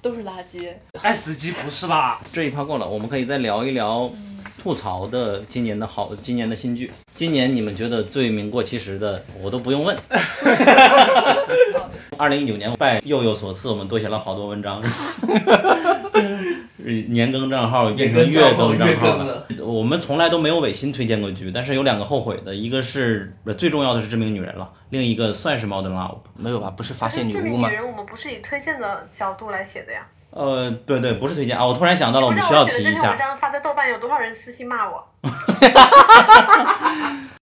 都是垃圾。爱死机不是吧？这一趴够了，我们可以再聊一聊吐槽的今年的好，今年的新剧，今年你们觉得最名过其实的，我都不用问。 [LAUGHS] 二零一九年拜佑佑所赐，我们多写了好多文章。 [LAUGHS] 年更账号变成月更账号了。我们从来都没有违心推荐过剧，但是有两个后悔的，一个是呃最重要的是《致命女人》了，另一个算是《Modern Love》。没有吧？不是发现这女致巫命吗女？人，我们不是以推荐的角度来写的呀。呃，对对，不是推荐啊！我突然想到了，不我知们道需要我写提的这一篇文下。章发在豆瓣，有多少人私信骂我？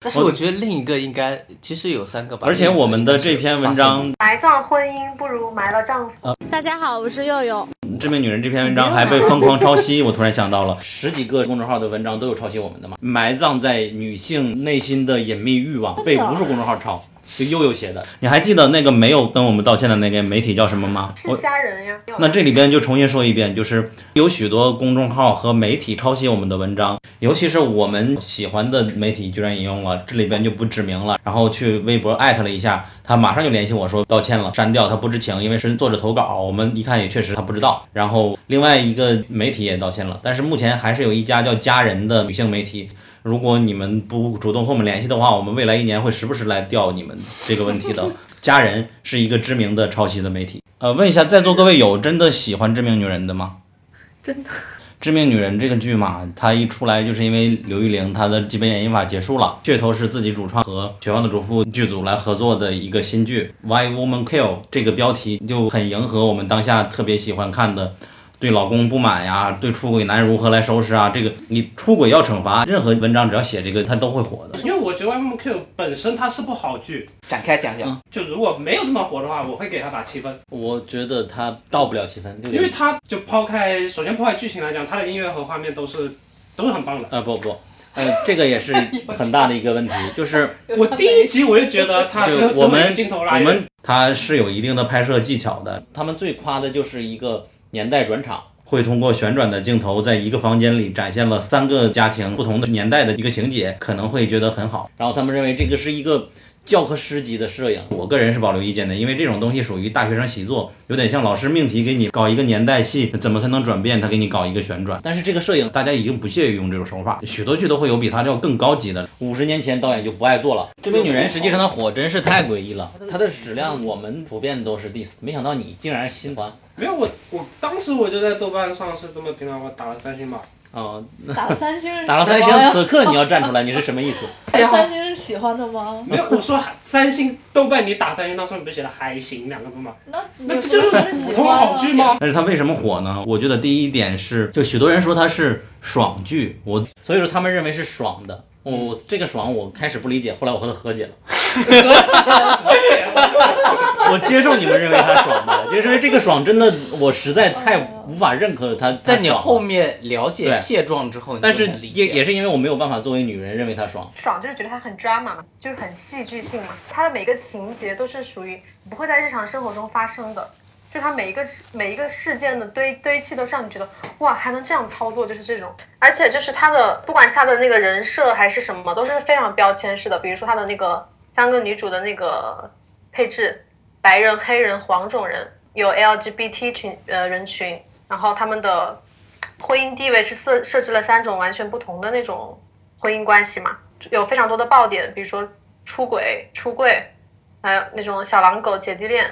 但是我觉得另一个应该其实有三个吧。而且我们的这篇文章埋葬婚姻不如埋了丈呃夫。大家好，我是佑佑。 《致命女人》这篇文啊章还被疯狂抄袭，我突然想到了， [LAUGHS] 十几个公众号的文章都有抄袭我们的嘛，埋葬在女性内心的隐秘欲望，被啊无数公众号抄。就悠悠写的，你还记得那个没有跟我们道歉的那个媒体叫什么吗？是我家人呀，那这里边就重新说一遍，就是有许多公众号和媒体抄袭我们的文章，尤其是我们喜欢的媒体居然引用了，这里边就不指名了，然后去微博艾特了一下，他马上就联系我说道歉了，删掉，他不知情，因为是作者投稿，我们一看也确实他不知道。然后另外一个媒体也道歉了，但是目前还是有一家叫佳人的女性媒体。如果你们不主动和我们联系的话，我们未来一年会时不时来调你们这个问题 [LAUGHS] 的。佳人是一个知名的抄袭的媒体。呃，问一下在座各位有真的喜欢《致命女人》的吗？真的， 《致命女人》这个剧嘛，它一出来就是因为刘玉玲她的基本演绎法结束了，噱头是自己主创和《绝望的主妇》剧组来合作的一个新剧《Why Woman Kill》，这个标题就很迎合我们当下特别喜欢看的。对老公不满呀，对出轨男如何来收拾啊？这个你出轨要惩罚，任何文章只要写这个，它都会火的。因为我觉得 M Q 本身它是部好剧，展开讲嗯讲。就如果没有这么火的话，我会给它打七分，我觉得它到不了七分，因为它就抛开首先抛开剧情来讲，它的音乐和画面都是都是很 [LAUGHS] 棒的。啊、不不，呃，这个也 [LAUGHS] 是很大的一个问题，就是我第一集啊我就觉得它就最后我最后一们个镜头我拉远，们它是有一定的拍摄技巧的，他们最夸的就是一个年代转场。会通过旋转的镜头，在一个房间里展现了三个家庭不同的年代的一个情节，可能会觉得很好。然后他们认为这个是一个教科诗级的摄影，我个人是保留意见的，因为这种东西属于大学生习作，有点像老师命题给你搞一个年代戏，怎么才能转变，他给你搞一个旋转。但是这个摄影大家已经不屑于用这种手法，许多剧都会有比它要更高级的。五十年前导演就不爱做了，这位女人实际上她火真是太诡异了，她的质量我们普遍都是 diss，没想到你竟然心欢。没有我我当时我就在豆瓣上是这么评价，我打了三星吧。啊、打了三星是打了三喜欢星，哎呀此刻你要站出来，你是什么意思？打了三星是喜欢的吗？没有，我说还三星豆瓣你打三星，当时你不是写了还行两个字吗？那那这就是普通啊好剧？吗？但是它为什么火呢？我觉得第一点是，就许多人说它是爽剧，我所以说他们认为是爽的。我我这个爽我开始不理解，后来我和他和解了。我接受你们认为他爽 [LAUGHS] 吧，就是因为这个爽真的我实在太无法认可他。他在你爽了后，面了解对现状之后，你但就是能理也解也是因为我没有办法作为女人认为他爽。爽就是觉得它很 drama 嘛，就是很戏剧性嘛。它的每个情节都是属于不会在日常生活中发生的，就它每一个事每一个事件的堆堆砌都是让你觉得哇，还能这样操作，就是这种。而且就是它的，不管是它的那个人设还是什么，都是非常标签式的。比如说它的那个三个女主的那个配置，白人、黑人、黄种人，有 LGBT 群呃人群，然后他们的婚姻地位是设设置了三种完全不同的那种婚姻关系嘛，有非常多的爆点，比如说出轨、出柜，还有那种小狼狗姐弟恋，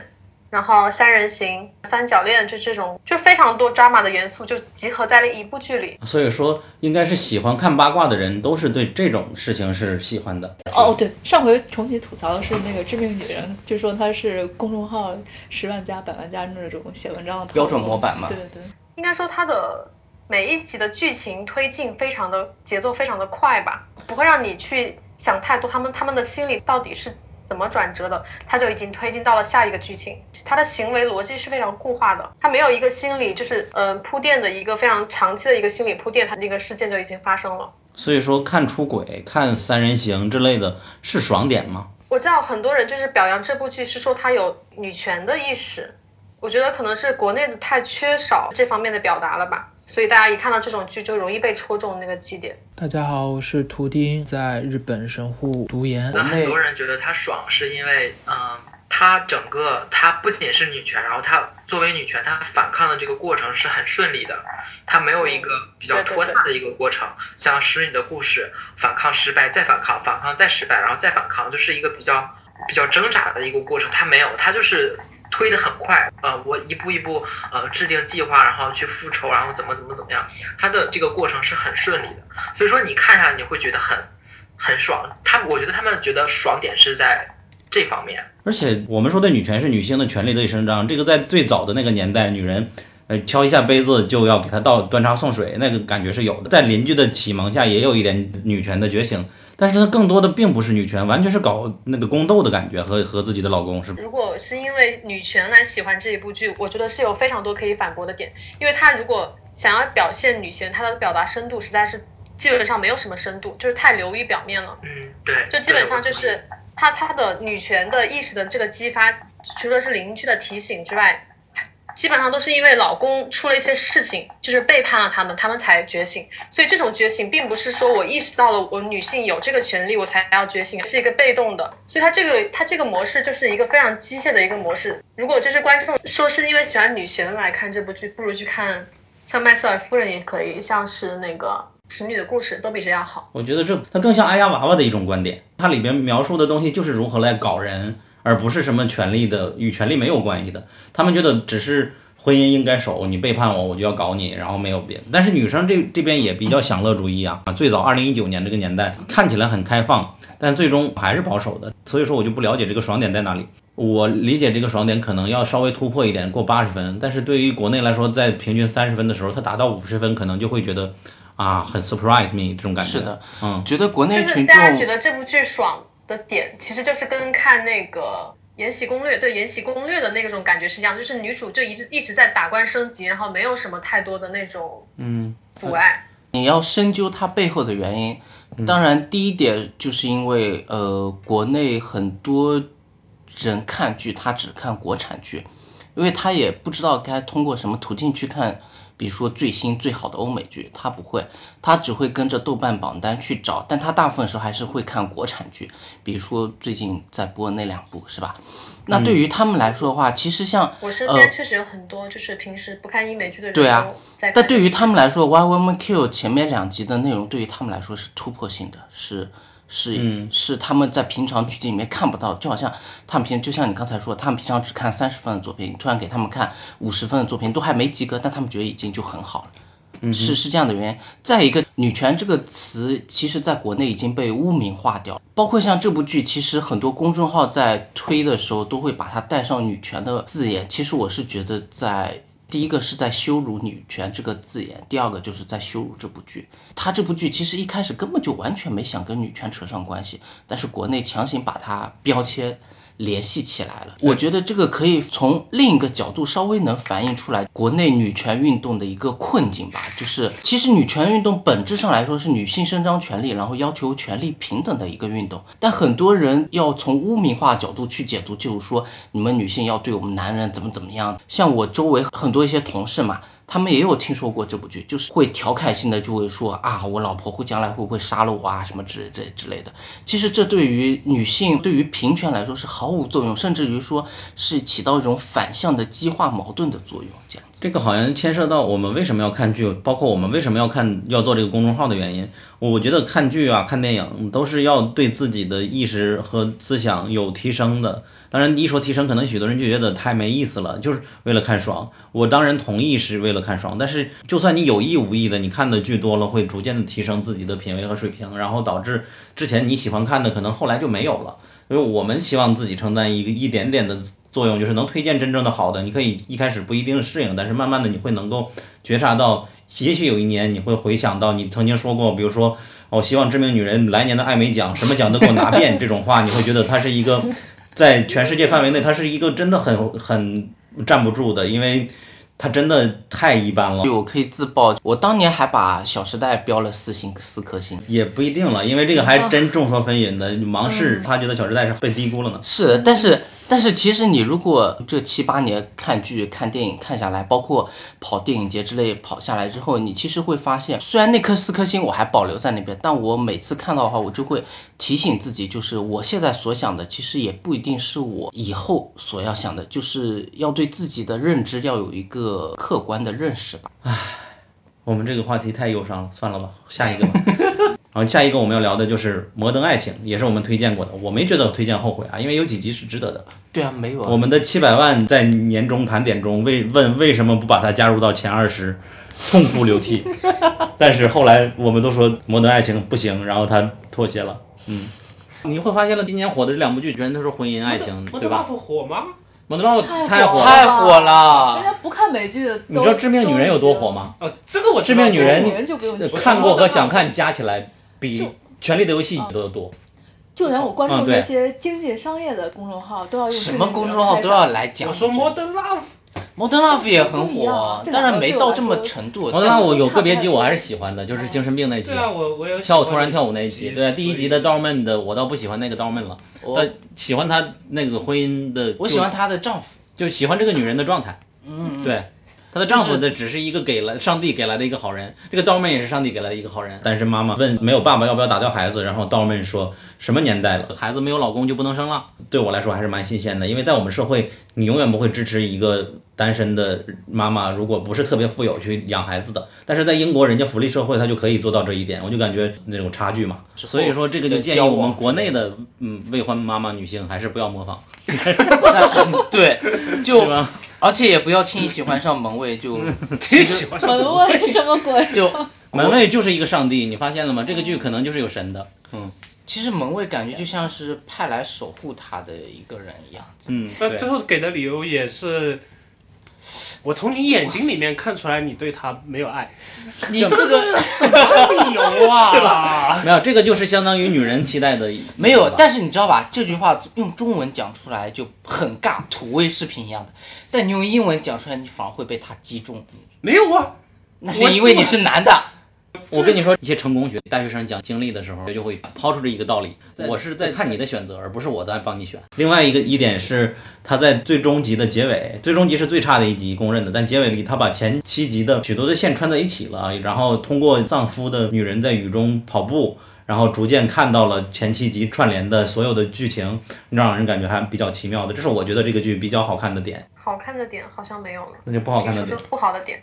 然后三人行、三角恋，就这种就非常多 drama 的元素就集合在了一部剧里。所以说，应该是喜欢看八卦的人都是对这种事情是喜欢的。哦，对，上回重启吐槽的是那个致命女人，就说她是公众号十万加、百万加那种写文章的标准模板嘛对对对，应该说它的每一集的剧情推进非常的节奏非常的快吧，不会让你去想太多，他们他们的心理到底是怎么转折的，他就已经推进到了下一个剧情。他的行为逻辑是非常固化的，他没有一个心理就是嗯、呃铺垫的一个非常长期的一个心理铺垫，他那个事件就已经发生了。所以说，看出轨、看三人行之类的是爽点吗？我知道很多人就是表扬这部剧，是说它有女权的意识。我觉得可能是国内的太缺少这方面的表达了吧，所以大家一看到这种剧就容易被戳中那个基点。大家好，我是图丁，在日本神户读研。那很多人觉得它爽，是因为，嗯、它整个它不仅是女权，然后它作为女权，它反抗的这个过程是很顺利的，它没有一个比较拖沓的一个过程。像《使女的故事》，反抗失败，再反抗，反抗再失败，然后再反抗，就是一个比较比较挣扎的一个过程。它没有，它就是。推得很快，呃，我一步一步，呃，制定计划，然后去复仇，然后怎么怎么怎么样，它的这个过程是很顺利的，所以说你看下来你会觉得很很爽。他们我觉得他们觉得爽点是在这方面。而且我们说的女权是女性的权利得以伸张，这个在最早的那个年代，女人。呃，敲一下杯子就要给她倒端茶送水，那个感觉是有的。在邻居的启蒙下，也有一点女权的觉醒，但是它更多的并不是女权，完全是搞那个宫斗的感觉和和自己的老公是如果是因为女权来喜欢这一部剧，我觉得是有非常多可以反驳的点，因为她如果想要表现女权，她的表达深度实在是基本上没有什么深度，就是太流于表面了。嗯，对，就基本上就对我是她她的女权的意识的这个激发，除了是邻居的提醒之外，基本上都是因为老公出了一些事情，就是背叛了他们，他们才觉醒。所以这种觉醒并不是说我意识到了我女性有这个权利，我才要觉醒，是一个被动的。所以它这个它这个模式就是一个非常机械的一个模式。如果就是观众说是因为喜欢女权来看这部剧，不如去看像麦瑟尔夫人也可以，像是那个使女的故事都比这要好。我觉得这它更像阿丫娃娃的一种观点，它里边描述的东西就是如何来搞人，而不是什么权利的与权利没有关系的。他们觉得只是婚姻应该守，你背叛我，我就要搞你，然后没有别的。但是女生这这边也比较享乐主义啊，最早二零一九年这个年代看起来很开放，但最终还是保守的。所以说我就不了解这个爽点在哪里。我理解这个爽点可能要稍微突破一点，过八十分。但是对于国内来说，在平均三十分的时候，它达到五十分，可能就会觉得啊，很 surprise me 这种感觉。是的，嗯，觉得国内就是群大众家觉得这部剧爽的点，其实就是跟看那个《延禧攻略》对《延禧攻略》的那种感觉是一样，就是女主就一直一直在打官升级，然后没有什么太多的那种嗯阻碍。你要深究它背后的原因。当然，第一点就是因为呃，国内很多人看剧，他只看国产剧，因为他也不知道该通过什么途径去看，比如说最新最好的欧美剧，他不会，他只会跟着豆瓣榜单去找，但他大部分时候还是会看国产剧，比如说最近在播那两部，是吧？那对于他们来说的话，其实像我身呃边确实有很多就是平时不看英美剧的人对啊都在看，但对于他们来说，Y Y M Q 前面两集的内容对于他们来说是突破性的，是是、嗯是他们在平常剧集里面看不到，就好像他们平就像你刚才说，他们平常只看三十分的作品，你突然给他们看五十分的作品，都还没及格，但他们觉得已经就很好了。是是这样的原因。再一个，女权这个词其实在国内已经被污名化掉，包括像这部剧，其实很多公众号在推的时候都会把它带上女权的字眼。其实我是觉得在第一个是在羞辱女权这个字眼，第二个就是在羞辱这部剧。他这部剧其实一开始根本就完全没想跟女权扯上关系，但是国内强行把它标签联系起来了。我觉得这个可以从另一个角度稍微能反映出来国内女权运动的一个困境吧，就是其实女权运动本质上来说是女性伸张权利，然后要求权利平等的一个运动，但很多人要从污名化角度去解读，就是说你们女性要对我们男人怎么怎么样。像我周围很多一些同事嘛，他们也有听说过这部剧，就是会调侃性的就会说啊，我老婆会将来会不会杀了我啊，什么之之之类的。其实这对于女性，对于平权来说是毫无作用，甚至于说是起到一种反向的激化矛盾的作用。这样子，这个好像牵涉到我们为什么要看剧，包括我们为什么要看要做这个公众号的原因。我我觉得看剧啊、看电影都是要对自己的意识和思想有提升的。当然，一说提升，可能许多人就觉得太没意思了，就是为了看爽。我当然同意是为了看爽，但是就算你有意无意的，你看的剧多了，会逐渐的提升自己的品味和水平，然后导致之前你喜欢看的，可能后来就没有了。因为我们希望自己承担一个一点点的作用，就是能推荐真正的好的。你可以一开始不一定适应，但是慢慢的你会能够觉察到，也许有一年你会回想到你曾经说过，比如说我、哦、希望《致命女人》来年的艾美奖什么奖都给我拿遍这种话，你会觉得它是一个在全世界范围内，它是一个真的很很站不住的，因为它真的太一般了对，。我可以自曝，我当年还把《小时代》标了四星四颗星。也不一定了，因为这个还真众说纷纭的。王室他觉得《小时代》是被低估了呢。是，但是但是，其实你如果这七八年看剧、看电影看下来，包括跑电影节之类跑下来之后，你其实会发现，虽然那颗四颗星我还保留在那边，但我每次看到的话，我就会提醒自己，就是我现在所想的，其实也不一定是我以后所要想的，就是要对自己的认知要有一个客观的认识吧。我们这个话题太忧伤了，算了吧，下一个 [LAUGHS] 吧。然后下一个我们要聊的就是《摩登爱情》，也是我们推荐过的。我没觉得推荐后悔啊，因为有几集是值得的。对啊，没有啊，我们的七百万在年终盘点中为问为什么不把它加入到前二十，痛哭流 [LAUGHS] 涕。但是后来我们都说《摩登爱情》不行，然后他妥协了。嗯，你会发现了，今年火的这两部剧全都是婚姻爱情，我对的 buff 吧？火吗？摩登 buff 太火了，太火了啊人。家不看美剧的，你知道《致命女人》有多火？吗？哦，这个我知致道命女人呃女人就不用提了看过和想看加起来比《权力的游戏》都要多。就连我关嗯注对那些经济商业的公众号都要用什么公众号都要来讲。我说 Modern Love， Modern Love 也很不一样火，啊这当两然个没对到我这来么说程度。摩但登拉拉姆哦我有差个不别太集多我还是喜欢的，就是精神病那集对，啊，我我有跳突然跳舞那一集，集，对，啊第一集的 Dorman 的我倒不喜欢那个 Dorman 了，我但喜欢他那个婚姻的，我喜欢她的丈夫，就，就喜欢这个女人的状态，嗯，对。她的丈夫的只是一个给了上帝给来的一个好人，这个 Dorman 也是上帝给来的一个好人。单身妈妈问没有爸爸要不要打掉孩子，然后 Dorman 说什么年代了，孩子没有老公就不能生了。对我来说还是蛮新鲜的，因为在我们社会，你永远不会支持一个单身的妈妈，如果不是特别富有去养孩子的。但是在英国，人家福利社会，他就可以做到这一点，我就感觉那种差距嘛。所以说，这个就建议我们国内的嗯未婚妈妈女性还是不要模仿， [LAUGHS] 对，就对吧？而且也不要轻易喜欢上门卫，就挺喜欢上门卫什么鬼？就门卫就是一个上帝，你发现了吗？这个剧可能就是有神的。嗯其实门卫感觉就像是派来守护她的一个人一样。 [LAUGHS] 嗯，那对最。后给的理由也是，我从你眼睛里面看出来你对他没有爱，你这个理由 [LAUGHS] 啊，对吧？没有，这个就是相当于女人期待的一，没有，但是你知道吧？这句话用中文讲出来就很尬，土味视频一样的。但你用英文讲出来，你反而会被他击中。没有啊，那是因为你是男的。我跟你说，一些成功学大学生讲经历的时候，就会抛出这一个道理：我是在看你的选择，而不是我在帮你选。另外一个一点是，他在最终集的结尾，最终集是最差的一集，公认的。但结尾里，他把前七集的许多的线串在一起了，然后通过丧夫的女人在雨中跑步，然后逐渐看到了前七集串联的所有的剧情，让人感觉还比较奇妙的。这是我觉得这个剧比较好看的点。好看的点好像没有了。那就不好看的你点说，说不好的点，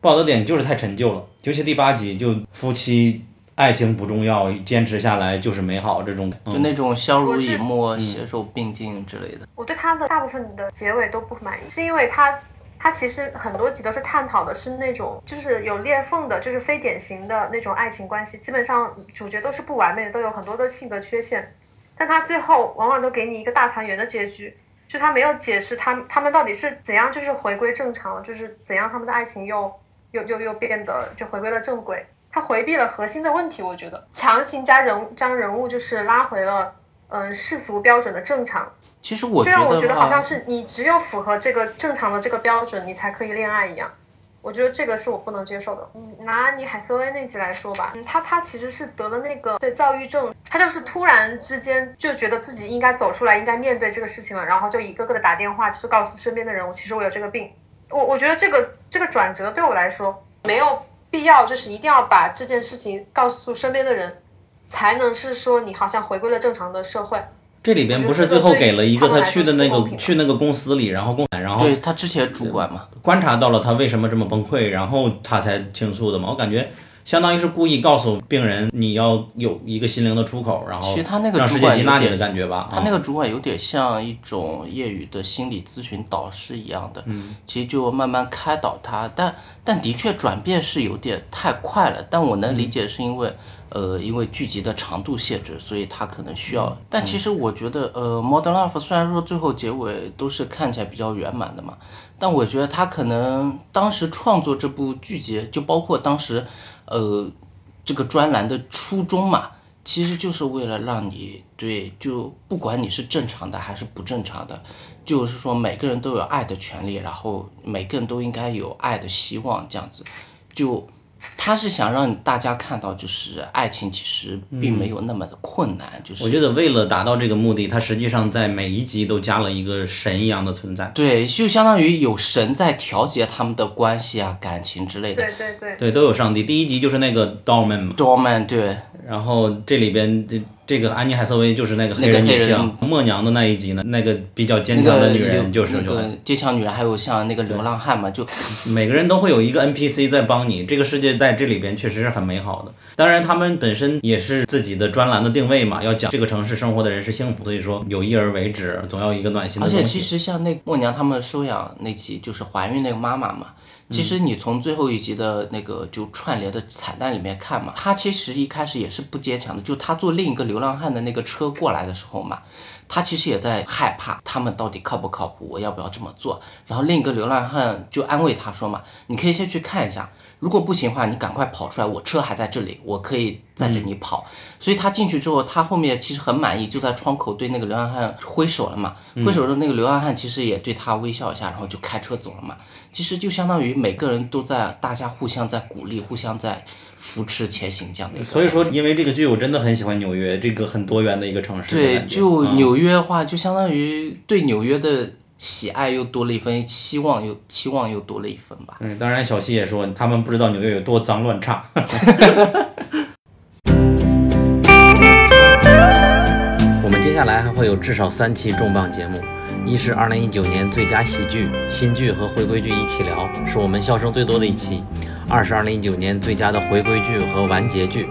不好的点就是太陈旧了，尤其第八集就夫妻爱情不重要，坚持下来就是美好这种。就嗯、那种相濡以沫、携手并进之类的。我对他的大部分的结尾都不满意，是因为他他其实很多集都是探讨的是那种就是有裂缝的，就是非典型的那种爱情关系，基本上主角都是不完美的，都有很多的性格缺陷，但他最后往往都给你一个大团圆的结局。就他没有解释他他们到底是怎样，就是回归正常，就是怎样他们的爱情又又又又变得就回归了正轨。他回避了核心的问题，我觉得强行加人将人物就是拉回了嗯、呃世俗标准的正常，其实我就让我觉觉得得好像吧，是你只有符合这个正常的这个标准，你才可以恋爱一样。我觉得这个是我不能接受的。嗯，拿你海瑟薇那集来说吧，嗯，她她其实是得了那个对躁郁症，她就是突然之间就觉得自己应该走出来，应该面对这个事情了，然后就一个个的打电话，就是告诉身边的人，我其实我有这个病。我我觉得这个这个转折对我来说没有必要，就是一定要把这件事情告诉身边的人，才能是说你好像回归了正常的社会。这里边不是最后给了一个他去的那个去那个公司里，然后公然后对他之前主管嘛，观察到了他为什么这么崩溃，然后他才倾诉的嘛。我感觉相当于是故意告诉病人你要有一个心灵的出口，然后其实他那个让世主界管接有纳你的点感觉吧。他那个嗯主管有点像一种业余的心理咨询导师一样的，其实就慢慢开导他，但但的确转变是有点太快了，但我能理解是因为。呃，因为剧集的长度限制，所以他可能需要。但其实我觉得，呃，《Modern Love》虽然说最后结尾都是看起来比较圆满的嘛，但我觉得他可能当时创作这部剧集，就包括当时，呃，这个专栏的初衷嘛，其实就是为了让你对，就不管你是正常的还是不正常的，就是说每个人都有爱的权利，然后每个人都应该有爱的希望，这样子，就他是想让大家看到，就是爱情其实并没有那么的困难，就是我觉得为了达到这个目的，他实际上在每一集都加了一个神一样的存在。对，就相当于有神在调节他们的关系啊、感情之类的对。对对，对，都有上帝。第一集就是那个 Dorman 嘛， Dorman 对，然后这里边这这个安妮海瑟薇就是那个黑那个人黑女人性，默娘的那一集呢，那个比较坚那强个的女人就是那就很个坚强女人，还有像那个流浪汉嘛，就每个人都会有一个 NPC 在帮你，这个世界在这里边确实是很美好的。当然，他们本身也是自己的专栏的定位嘛，要讲这个城市生活的人是幸福，所以说有意而为之，总要一个暖心的而东西。且其实像那个默娘他们收养那集，就是怀孕那个妈妈嘛。其实嗯你从最后一集的那个就串联的彩蛋里面看嘛，她其实一开始也是不坚强的，就她坐另一个流浪汉的那个车过来的时候嘛，她其实也在害怕他们到底靠不靠谱，我要不要这么做。然后另一个流浪汉就安慰她说嘛，你可以先去看一下，如果不行的话，你赶快跑出来，我车还在这里，我可以在这里跑。嗯所以他进去之后，他后面其实很满意，就在窗口对那个流浪汉挥手了嘛。嗯挥手之后，那个流浪汉其实也对他微笑一下，然后就开车走了嘛。其实就相当于每个人都在，大家互相在鼓励，互相在扶持前行这样的一个。所以说，因为这个剧，我真的很喜欢纽约这个很多元的一个城市的对，感觉。就嗯纽约的话，就相当于对纽约的喜爱又多了一分，期望又期望又多了一分吧。嗯，当然小西也说，他们不知道纽约有多脏乱差。 [LAUGHS] 我们接下来还会有至少三期重磅节目，一是2019年最佳喜剧、新剧和回归剧一起聊，是我们笑声最多的一期；二是2019年最佳的回归剧和完结剧。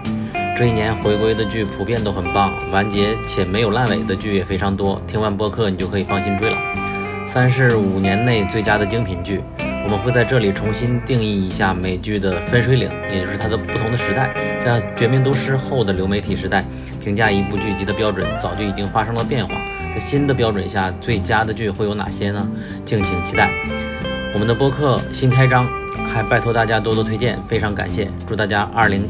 这一年回归的剧普遍都很棒，完结且没有烂尾的剧也非常多。听完播客，你就可以放心追了。三是五年内最佳的精品剧，我们会在这里重新定义一下美剧的分水岭，也就是它的不同的时代。在《绝命毒师》后的流媒体时代，评价一部剧集的标准早就已经发生了变化。在新的标准下，最佳的剧会有哪些呢？敬请期待。我们的播客新开张，还拜托大家多多推荐，非常感谢。祝大家二零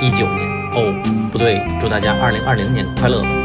一九年哦，不对，祝大家二零二零年快乐。